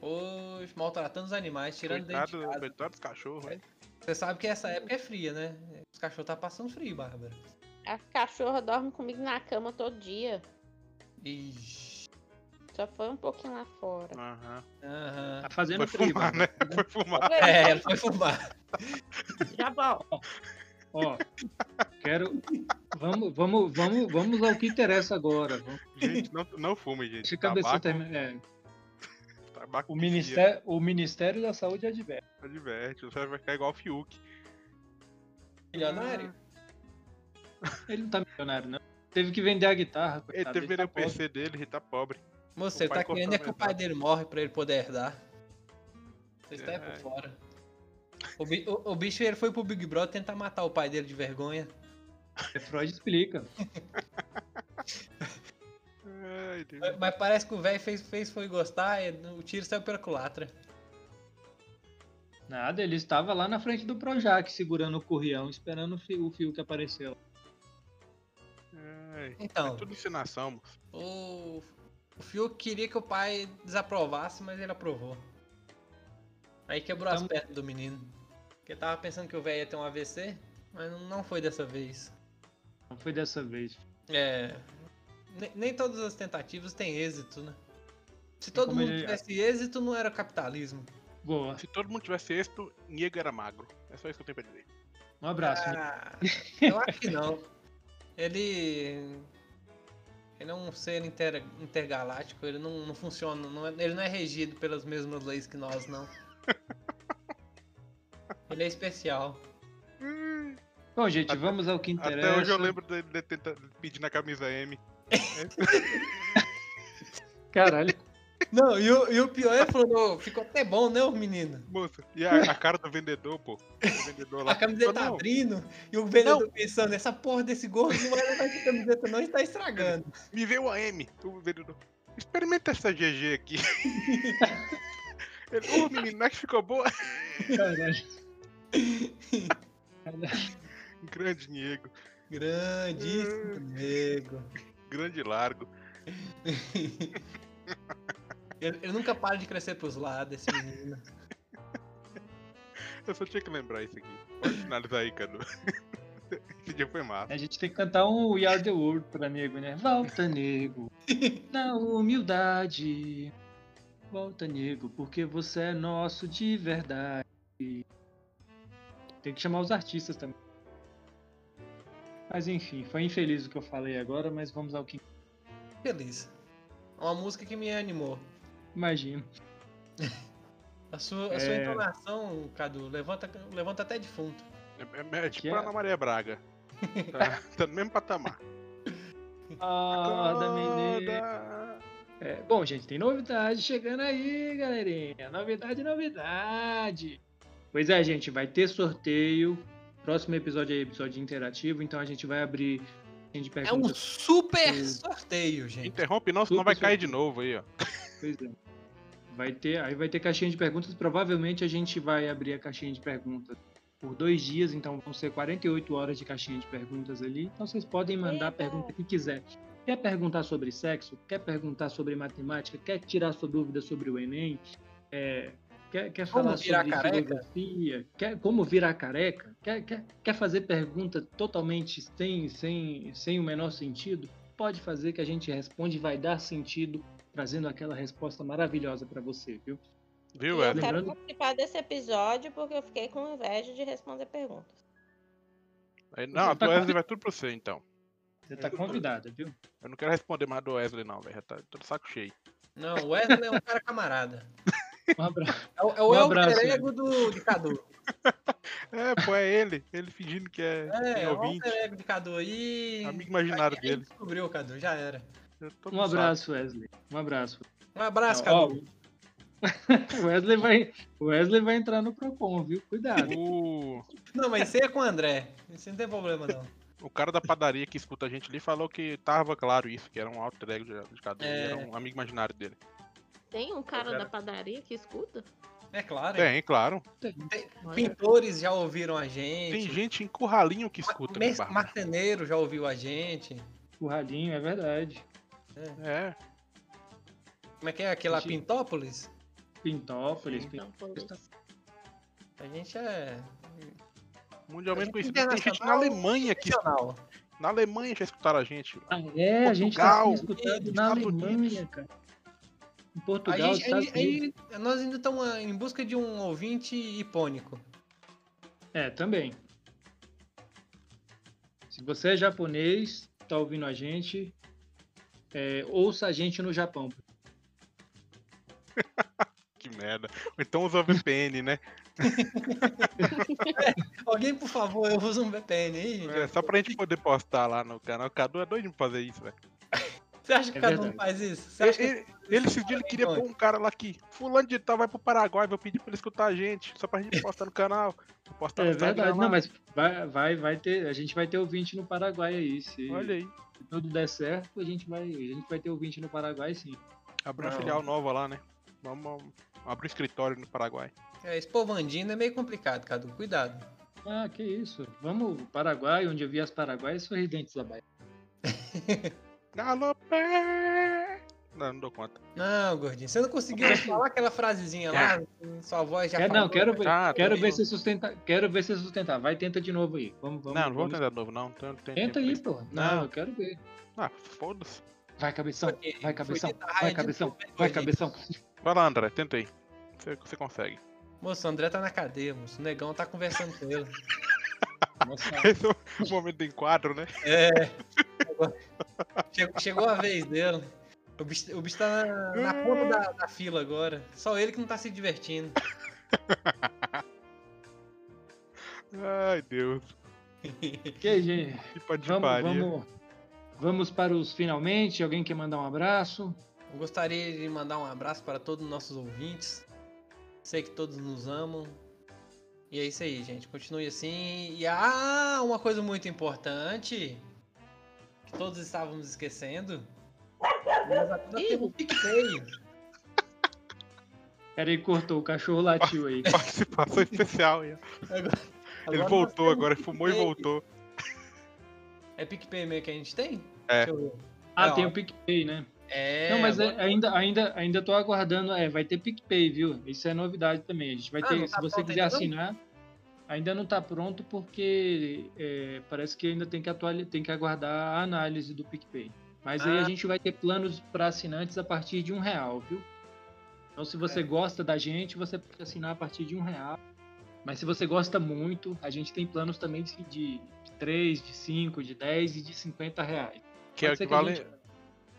Os maltratando os animais, tirando dentro
Coitado,
de casa.
coitado dos cachorros, velho.
Você sabe que essa época é fria, né? Os cachorros tá passando frio, Bárbara.
As cachorras dormem comigo na cama todo dia.
Ixi.
Só foi um pouquinho lá fora.
Aham.
Aham.
Tá fazendo
Foi fumar,
frio,
né? Foi fumar.
É, ela foi fumar.
Já volto.
Ó, quero. Vamos, vamos, vamos, vamos ao que interessa agora. Vamos-
Gente, não, não fume, gente.
Deixa a cabeça
Tabaco-
terminar. É,
tabaco
o,
vicia,
ministério, o Ministério da Saúde é adverte.
Adverte, você vai ficar igual o Fiuk.
Milionário?
Ele não tá milionário, não. Teve que vender a guitarra.
Ele
coitado,
teve que
tá
vender o
pobre.
PC dele, ele tá pobre.
Moço,
O
você
pai
tá querendo é que o pai
complementar.
dele morre pra ele poder herdar. Você está é
É.
por fora. O, bi- o- o bicho ele foi pro Big Brother tentar matar o pai dele de vergonha.
É, Freud explica.
Ai, Deus.
Mas- Mas parece que o velho fez, fez foi gostar, e o tiro saiu pela culatra.
Nada, ele estava lá na frente do Projac, segurando o currião, esperando o fio, o fio que apareceu.
Ai. É
Então,
Tudo ensinação, moço.
o, o Fiuk queria que o pai desaprovasse, mas ele aprovou. Aí quebrou as
Então-
pernas do menino. Porque tava pensando que o velho ia ter um AVC, mas não- não foi dessa vez.
Não foi dessa vez.
É. ne- Nem todas as tentativas têm êxito, né? Se todo
É como
mundo
ele-
tivesse êxito, não era capitalismo.
Boa.
Se todo mundo tivesse êxito, Niego era magro. É só isso que eu tenho pra dizer.
Um abraço.
É.
né?
Ah, eu acho que não. Ele. Ele é um ser inter- intergaláctico, ele não, não funciona, não é- ele não é regido pelas mesmas leis que nós, não. Ele é especial.
Bom, gente,
Até-
vamos ao que interessa.
Até hoje eu lembro dele, dele tenta- pedindo a camisa M.
Caralho.
Não, e o, e o pior é ele falou, "Ô, ficou até bom, né, o menino?
Moça, e a, a cara do vendedor, pô? O vendedor lá.
A camiseta
tá
Não,
abrindo e o vendedor pensando, essa porra desse gordo não vai levar essa camiseta não, está estragando.
Me vê o AM. O vendedor. Experimenta essa GG aqui. Ele, Ô, menino, acho que ficou boa.
Caralho.
Grande Niego.
Grandíssimo nego.
Grande largo.
Ele, ele nunca para de crescer pros lados, esse menino.
Eu só tinha que lembrar isso aqui. Pode finalizar aí, Cadu. Esse dia foi massa.
A gente tem que cantar um We Are the World pra nego, né? Volta, nego. Na humildade. Volta, nego, porque você é nosso de verdade. Tem que chamar os artistas também. Mas enfim, foi infeliz o que eu falei agora, mas vamos ao que
Feliz. É Uma música que me animou.
imagino.
A sua, a sua
É.
entonação, Cadu, levanta, levanta até defunto.
É, é- é tipo
Que é?
a Ana Maria Braga. Tá, tá no mesmo patamar.
Acorda, menina.
Acorda.
É, bom, gente, tem novidade chegando aí, galerinha. Novidade, novidade. Pois é, gente, vai ter sorteio. Próximo episódio é episódio interativo, então a gente vai abrir caixinha de
É um
perguntas.
super
Sim.
sorteio, gente.
Interrompe não, senão
Super
vai cair de novo aí, ó.
Pois é. Vai ter, aí vai ter caixinha de perguntas. Provavelmente a gente vai abrir a caixinha de perguntas por dois dias, então vão ser 48 horas de caixinha de perguntas ali. Então vocês podem mandar a
Eita.
pergunta que quiser. Quer perguntar sobre sexo? Quer perguntar sobre matemática? Quer tirar sua dúvida sobre o Enem? É, quer, quer
Como
falar
virar
sobre
careca?
filosofia? Quer, como virar careca? Quer, quer, quer fazer pergunta totalmente sem, sem, sem o menor sentido? Pode fazer que a gente responde e vai dar sentido, trazendo aquela resposta maravilhosa para você, viu?
E
Viu,
eu
Wesley?
quero
Lembrando-
participar desse episódio porque eu fiquei com inveja de responder perguntas.
Aí- Não, a do Wesley vai tudo pra você, então.
Você tá convidada, viu?
Eu não quero responder mais a do Wesley, não, velho. Já Tá tô de saco cheio.
Não, o Wesley é um cara camarada.
Um abraço.
É o, é
Um
o El
abraço,
alter ego do, de Cadu.
É, pô, é ele. Ele fingindo que é,
É,
tem
é o
ouvinte.
alter ego de Cadu aí.
Amigo imaginário
Aí
dele.
Descobriu, Cadu, já era.
Eu tô
Um
no
abraço, Wesley. Um abraço.
Um abraço,
Ó,
Cadu.
o Wesley vai, o Wesley vai entrar no Procon, viu? Cuidado.
saco. O,
Não, mas você é com o André. Isso não tem problema, não.
o cara da padaria que escuta a gente ali falou que tava claro isso, que era um alter ego de, de Cadu.
É.
Era um amigo imaginário dele.
Tem um cara
Cara.
da padaria que escuta?
É claro.
Tem, claro.
Olha.
Pintores já ouviram a gente.
Tem gente em Curralinho que escuta, né,
Mes-
Barba?
Marceneiro já ouviu a gente.
Curralinho, é verdade.
É.
Como é que é aquela
Gente.
Pintópolis?
Pintópolis,
tá.
Pintópolis.
Então, falou.
A gente é
Mundialmente
É
conhecido. Tem gente na
internacional.
Alemanha que
nacional.
Na Alemanha já escutaram a gente.
Ah, é, a gente tá
Portugal,
sendo escutado
Estados
na
Unidos.
Alemanha, cara. Em
A
Portugal,
gente, a
Estados
gente- a
Unidos.
gente- nós ainda estamos ah, em busca de um ouvinte icônico.
É, também. Se você é japonês, tá ouvindo a gente, é, ouça a gente no Japão.
Que merda. Ou Então usa VPN, né?
Alguém, por favor, eu uso um VPN aí, gente.
É, só pra gente poder postar lá no canal. Cadu é doido de fazer isso, velho.
Você acha que
É
cada um
verdade.
faz isso? Você acha que...
Ele, ele esses dias ele queria pôr um cara lá que fulano de tal vai pro Paraguai, vou pedir pra ele escutar a gente, só pra gente postar no canal. Vou Postar no
É
Instagram
verdade.
lá.
Não, mas vai, vai, vai ter. A gente vai ter ouvinte no Paraguai aí. Se
Olha aí,
tudo der certo, a gente vai, a gente vai ter ouvinte no Paraguai, sim.
abriu uma
Não.
filial nova lá, né? Vamos, vamos abrir um escritório no Paraguai.
É, Espovandino é meio complicado, Cadu. Cuidado.
Ah, que isso. Vamos, Paraguai, onde eu vi as Paraguaias sorridentes da Bahia.
Galopé! Não, não dou conta.
Não, gordinho, você não conseguiu falar aquela frasezinha lá? Sua voz já
Quer,
falou.
É.
né?
não, quero ver,
Tá,
quero
tá.
ver se sustentar. Quero ver se sustentar. Vai, tenta de novo aí. Vamos, vamos.
não, não vou
vamos.
tentar de novo, não. Não tem tempo
Tenta
pra
aí,
isso.
pô. Não,
Não.
eu quero ver.
Ah, foda-se.
Vai, cabeção.
Foi-
Vai,
foi
cabeção.
dito a raia
Vai,
de
cabeção.
novo, hein,
Vai,
gordinho?
cabeção.
Vai lá, André, tenta aí. Você, você consegue.
Moço, o André tá na cadeia, moço. O negão tá conversando com ele.
Nossa,
Esse é o momento do enquadro, né?
É. Chegou, chegou a vez dele. O bicho, o bicho tá na, na ponta da, da fila agora. Só ele que não tá se divertindo.
Ai, Deus.
que gente.
Que patifaria.
Vamos, vamos, vamos para os finalmente. Alguém quer mandar um abraço?
Eu gostaria de mandar um abraço para todos os nossos ouvintes. Sei que todos nos amam. E é isso aí, gente. Continue assim. E ah, uma coisa muito importante que todos estávamos esquecendo. Nós agora
Ih.
temos o PicPay.
Peraí, cortou. O cachorro latiu aí.
Participação especial. Ian. Ele
Agora
é
nós
voltou
temos
um
agora, fumou e
PicPay.
voltou.
É PicPay mesmo que a gente tem?
É.
Deixa eu ver.
Ah,
Não.
tem o PicPay, né?
É.
não, mas é-
agora-
ainda, ainda, ainda tô aguardando. É, vai ter PicPay, viu? Isso é novidade também. A gente vai
Ah,
ter,
não tá
se você
pronto
quiser
ainda não?
assinar, ainda não tá pronto porque é, parece que ainda tem que atuali- tem que aguardar a análise do PicPay. Mas aí
Ah.
a gente vai ter planos para assinantes a partir de um real, viu? Então, se você
É.
gosta da gente, você pode assinar a partir de um real. Mas se você gosta muito, a gente tem planos também de, de 3, de 5, de 10 e de 50 reais.
Que é o
Pode ser
que
que a
vale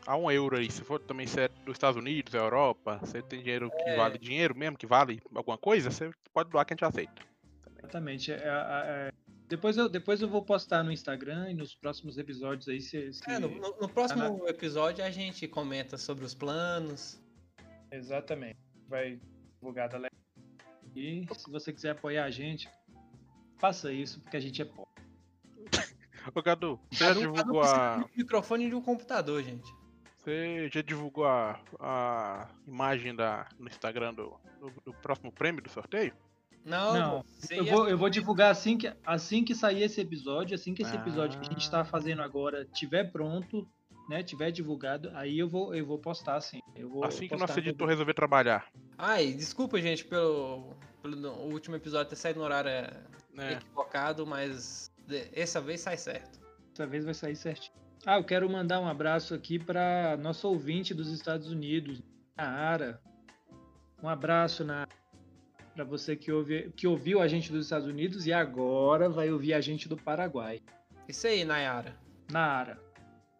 a um euro aí. Se for também se é dos Estados Unidos, Europa, você tem dinheiro que
É.
vale dinheiro mesmo, que vale alguma coisa, você pode doar que a gente aceita.
Exatamente. é- é- é- Depois, eu, depois eu vou postar no Instagram e nos próximos episódios aí. Se, se-
É, no, no- no próximo episódio a gente comenta sobre os planos.
Exatamente. Vai divulgar a galera. E se você quiser apoiar a gente, faça isso, porque a gente é pobre.
Ô, Cadu, você já
Cada um, cada um
divulgou
precisa
a.
de um microfone e de um computador, gente.
Você já divulgou a, a imagem da, no Instagram do, do, do próximo prêmio do sorteio?
Não,
Não,
você
Eu
ia-
vou, eu vou divulgar assim que, assim que sair esse episódio, assim que esse episódio que a gente
Ah.
está fazendo agora tiver pronto, né, tiver divulgado, aí eu vou, eu vou postar assim. Eu vou
assim que o
postar
nosso
no-
editor resolver trabalhar.
Ai, desculpa, gente, pelo, pelo no- o último episódio ter saído no horário é,
É.
equivocado, mas de- essa vez sai certo.
Dessa vez vai sair certinho. Ah, eu quero mandar um abraço aqui para nosso ouvinte dos Estados Unidos, Nara. Um abraço na para você que, ouve, que ouviu a gente dos Estados Unidos e agora vai ouvir a gente do Paraguai.
Isso aí, Nayara.
Nara.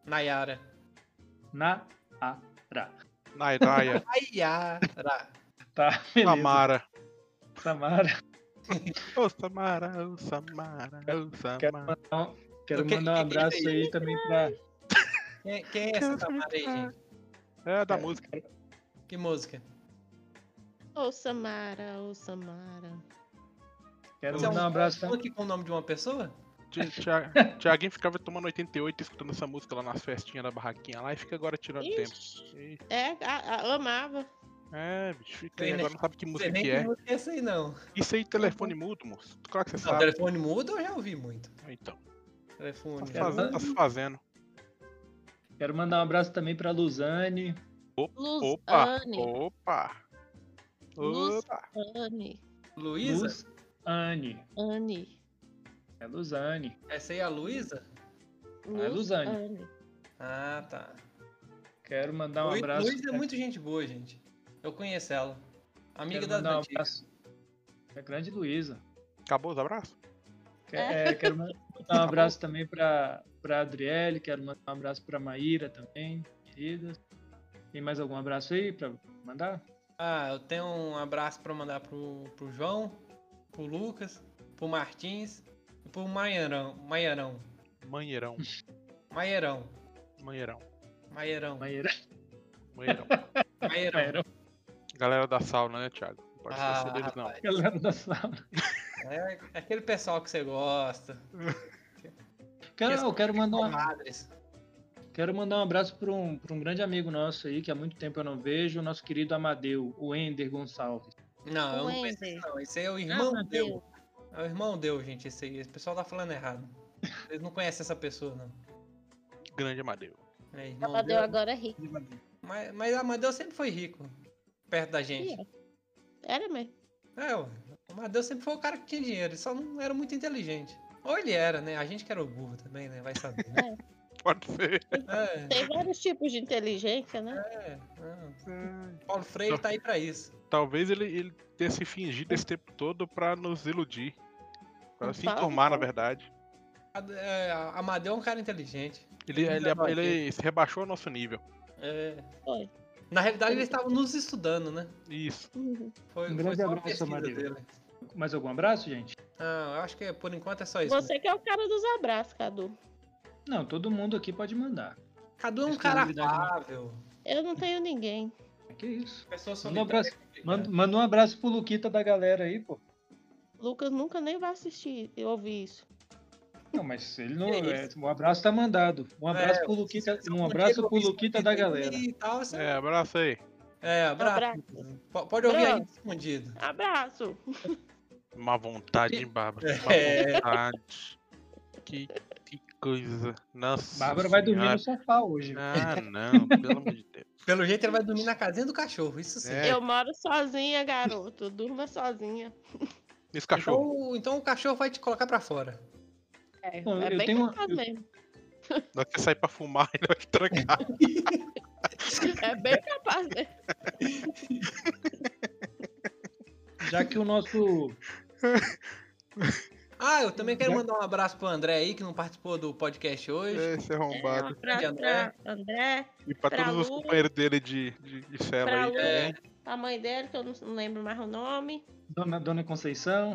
Nayara.
Na. Ra.
É. Na Iraia.
Nayara.
Tá, beleza.
Samara.
Samara.
Ô Samara, ô Samara, ô
Quero
Samara.
mandar um, quero
O que-
mandar um
que que é
abraço
isso?
aí também pra.
Quem, quem é essa Tamara aí, gente?
É da música.
Que música?
Ô Samara, ô Samara.
Quero
Isso é
mandar um abraço
um aqui com o nome de uma pessoa?
Ti- Tia- Tiaguinho ficava tomando 88 escutando essa música lá nas festinhas da barraquinha lá e fica agora tirando tempo.
Ixi,
Ih,
é, a- a- amava.
É, bicho, fica aí,
Sei, né?
agora não sabe que
Não sei
música
nem
que
que
é.
música é essa aí, não.
Isso aí, telefone mudo, moço. Claro que você
Não,
sabe.
telefone muda eu já ouvi muito.
Então, tá
Telefone.
se fazendo, tá se fazendo.
Quero mandar um abraço também pra Luzane.
Opa,
Luzane.
opa.
Luz-
Opa.
Anne.
Luísa?
Anne.
Anne.
É Luzane.
Essa aí é a Luísa?
Ah, é Luzane.
Anne.
Ah, tá.
Quero mandar um
Lu-
abraço.
Luísa é muito gente boa, gente. Eu conheço ela. Amiga
Quero
das
mandar um
antigas.
abraço. pra grande Luísa.
Acabou os abraços?
Que- é, quero ma- mandar um abraço também pra, pra Adriele. Quero mandar um abraço pra Maíra também, queridas. Tem mais algum abraço aí pra mandar?
Ah, eu tenho um abraço pra mandar pro, pro João, pro Lucas, pro Martins e pro Maiarão. Maiarão.
Manheirão,
Maierão.
manheirão,
Maierão.
Maíra.
manheirão.
Maierão.
Galera da sauna, né, Thiago? Não pode
Ah,
esquecer deles, não.
rapaz,
Galera da sala.
é aquele pessoal que você gosta.
Quero, eu quero mandar um
Comadres.
Quero mandar um abraço para um, pra um grande amigo nosso aí, que há muito tempo eu não vejo, o nosso querido Amadeu, o Ender Gonçalves.
Não, eu não conheço
Wender.
esse não. Esse aí é o irmão
Ah,
deu. É o irmão deu, gente, esse aí. Esse pessoal tá falando errado. Vocês não conhecem essa pessoa, não.
Grande Amadeu.
É, irmão
Ela deu
deu.
agora rico.
Mas, mas a Amadeu sempre foi rico. Perto da gente.
Era mesmo.
É, ué. O Amadeu sempre foi o cara que tinha dinheiro, ele só não era muito inteligente. Ou ele era, né? A gente que era o burro também, né? Vai saber, né?
Pode ser.
É,
Tem vários tipos de inteligência, né?
é, é. Paulo Freire tá aí pra isso.
Talvez ele, ele tenha se fingido esse tempo todo pra nos iludir. Pra
Não
se
fala,
enturmar, na
fala.
verdade.
A- é, a- Amadeu é um cara inteligente.
Ele,
Não
ele,
fala,
ele se rebaixou ao nosso nível.
É.
Foi.
Na realidade, eles estavam nos estudando, né?
Isso.
Uhum.
Foi,
Um
foi
grande
só uma
abraço,
pesquisa
Amadeu.
dele.
Mais algum abraço, gente?
Ah, eu acho que por enquanto é só isso.
Você que é o cara dos abraços, Cadu.
Não, todo mundo aqui pode mandar.
Cadu é um
Acho que
cara
novidade não.
afável.
Eu não tenho ninguém.
Que isso?
Pessoa né?
Manda um
solitária.
abraço,
É.
manda, manda um abraço pro Luquita da galera aí, pô.
Lucas nunca nem vai assistir e ouvir isso.
Não, mas ele não.
Que
é, um abraço tá mandado. Um abraço
É,
pro Luquita,
se- se
um
um
abraço
dia
pro
eu
Luquita da galera.
E tal, você-
É, abraço aí.
É, abraço.
Abraço.
Po- Pode ouvir aí
Abraço.
escondido.
Abraço.
Má vontade, hein, Bárbara? Má
É.
vontade. Que, que coisa. Nossa.
Bárbara vai dormir
senhora.
no sofá hoje.
Ah, não, pelo amor de Deus.
Pelo jeito ele vai dormir na casinha do cachorro, isso sim.
É.
Eu moro sozinha, garoto. Durma sozinha.
Esse
Então,
cachorro.
o- então o cachorro vai te colocar pra fora.
É,
Bom,
é
eu
bem
tenho uma-
capaz
eu-
mesmo.
Na hora que sair pra fumar, ele vai te trancar.
É bem capaz mesmo.
Já que o nosso.
Ah, eu também quero
Né?
mandar um abraço pro André aí, que não participou do podcast hoje.
Esse
É, um
arrombado.
abraço
André.
pra André,
E pra,
É, pra
todos os
Lu.
companheiros dele de, de, de cela
Pra
aí
Lu.
É.
É,
também.
a mãe dele, que eu não não lembro mais o nome.
Dona, Dona Conceição.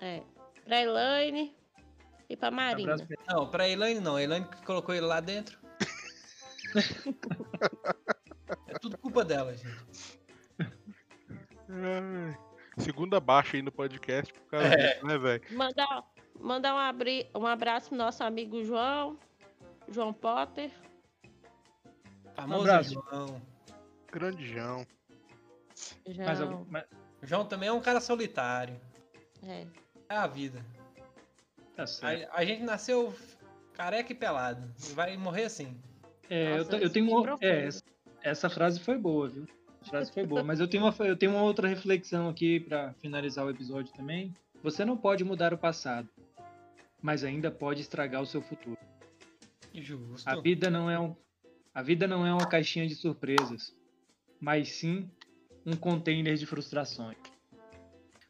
um
É. Pra Elaine e pra Marina.
Abraço pra
Não, pra Elaine não. A Elaine que colocou ele lá dentro. é tudo culpa dela, gente.
Ai, Segunda baixa aí no podcast por causa disso, né, velho?
Mandar, mandar um, abri, um abraço pro nosso amigo João, João Potter.
Famoso
Um abraço.
João.
Grande João.
João,
mais algum- mais-
O João também é um cara solitário.
é.
É a vida.
Tá certo.
A, a gente nasceu careca e pelado. E vai morrer assim.
É, eu,
Nossa,
te- eu
isso
tenho
foi
uma,
profundo.
é, essa- essa frase foi boa, viu? Essa frase foi boa, mas eu tenho uma, eu tenho uma outra reflexão aqui para finalizar o episódio também. Você não pode mudar o passado, mas ainda pode estragar o seu futuro.
Justo.
A vida não é um, a vida não é uma caixinha de surpresas, mas sim um container de frustrações.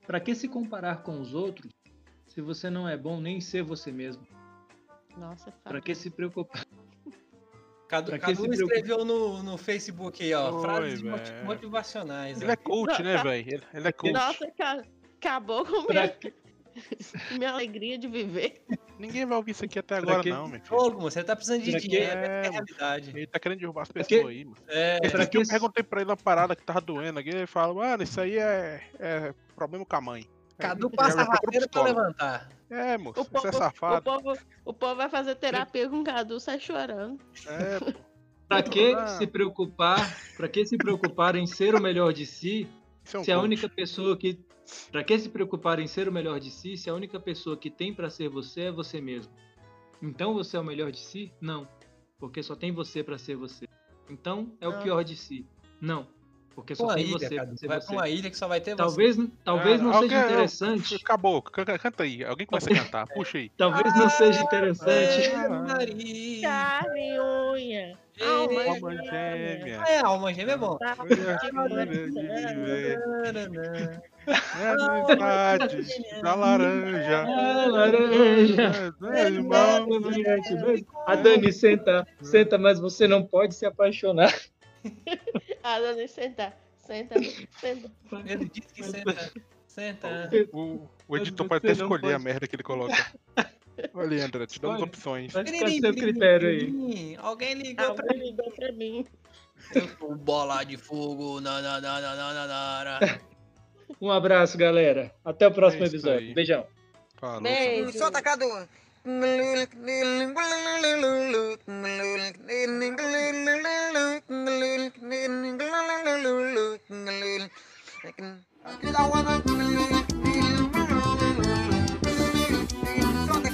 Para que se comparar com os outros se você não é bom nem ser você mesmo?
Nossa, tá. fala.
Para que se preocupar?
Cadu,
Pra que
Cadu
se preocupa?
escreveu no, no Facebook aí, ó.
Oi,
frases
velho.
moti- motivacionais. ó.
Ele é coach,
Não,
né,
tá.
velho? Ele, ele é coach.
Nossa, cara, acabou com
Pra
minha, minha alegria de viver.
Ninguém vai ouvir isso aqui até agora,
que-
não, meu filho.
Jogo, mano. Você tá precisando de
Pra que-
dinheiro, essa é
É,
a realidade.
Ele tá querendo derrubar as
que-
pessoas aí, mano.
É,
Esse
pra
daqui eu
que-
perguntei pra ele uma parada que tava doendo aqui. Ele falou, mano, isso aí é, é problema com a mãe.
Cadu
Ele
passa a
vai pro
rasteira pra
psicólogo.
levantar.
É, moço,
O
você é
povo- O
safado.
povo, o povo vai fazer terapia com o Cadu, sai chorando.
É, pô.
Pra que
Ah.
se preocupar? Pra que se preocupar em ser o melhor de si?
Isso é um
Se a
coach.
única pessoa que Pra que se preocupar em ser o melhor de si? Se a única pessoa que tem pra ser você é você mesmo. Então você é o melhor de si? Não, porque só tem você pra ser você. Então é o
Não.
pior de si? Não, porque só
Uma
tem
ilha,
você pra
Cadu.
ser
Vai
você.
pra uma ilha que só vai ter você. Ah,
Talvez, talvez não
Cara,
seja
É, alguém-
interessante. É.
Acabou, can- can- canta aí. Alguém começa a cantar. Puxa aí.
Talvez não
Ah,
seja interessante.
Ave
Caralho.
Maria.
Carne e unha. Alma
Ei,
Alma
gêmea.
gêmea.
É, alma gêmea é bom.
Tá?
É metade da laranja.
Ah, laranja.
É limão.
A Dani, senta, senta, mas você não pode se apaixonar.
Ah, Dani, senta. Senta, senta.
Ele disse que senta. Senta.
O, o editor pode até
Você não
escolher a
pode.
merda que ele coloca. Olha aí, André, te damos
Escolhe.
opções.
Vai ficar a seu critério aí.
Alguém ligou pra
Alguém ligou um pra mim.
mim. Bola de fogo. Na, na, na, na, na, na, na.
Um abraço, galera. Até o próximo
É isso
episódio.
aí.
Beijão.
Falou.
Beijo.
Solta Cadu. Solta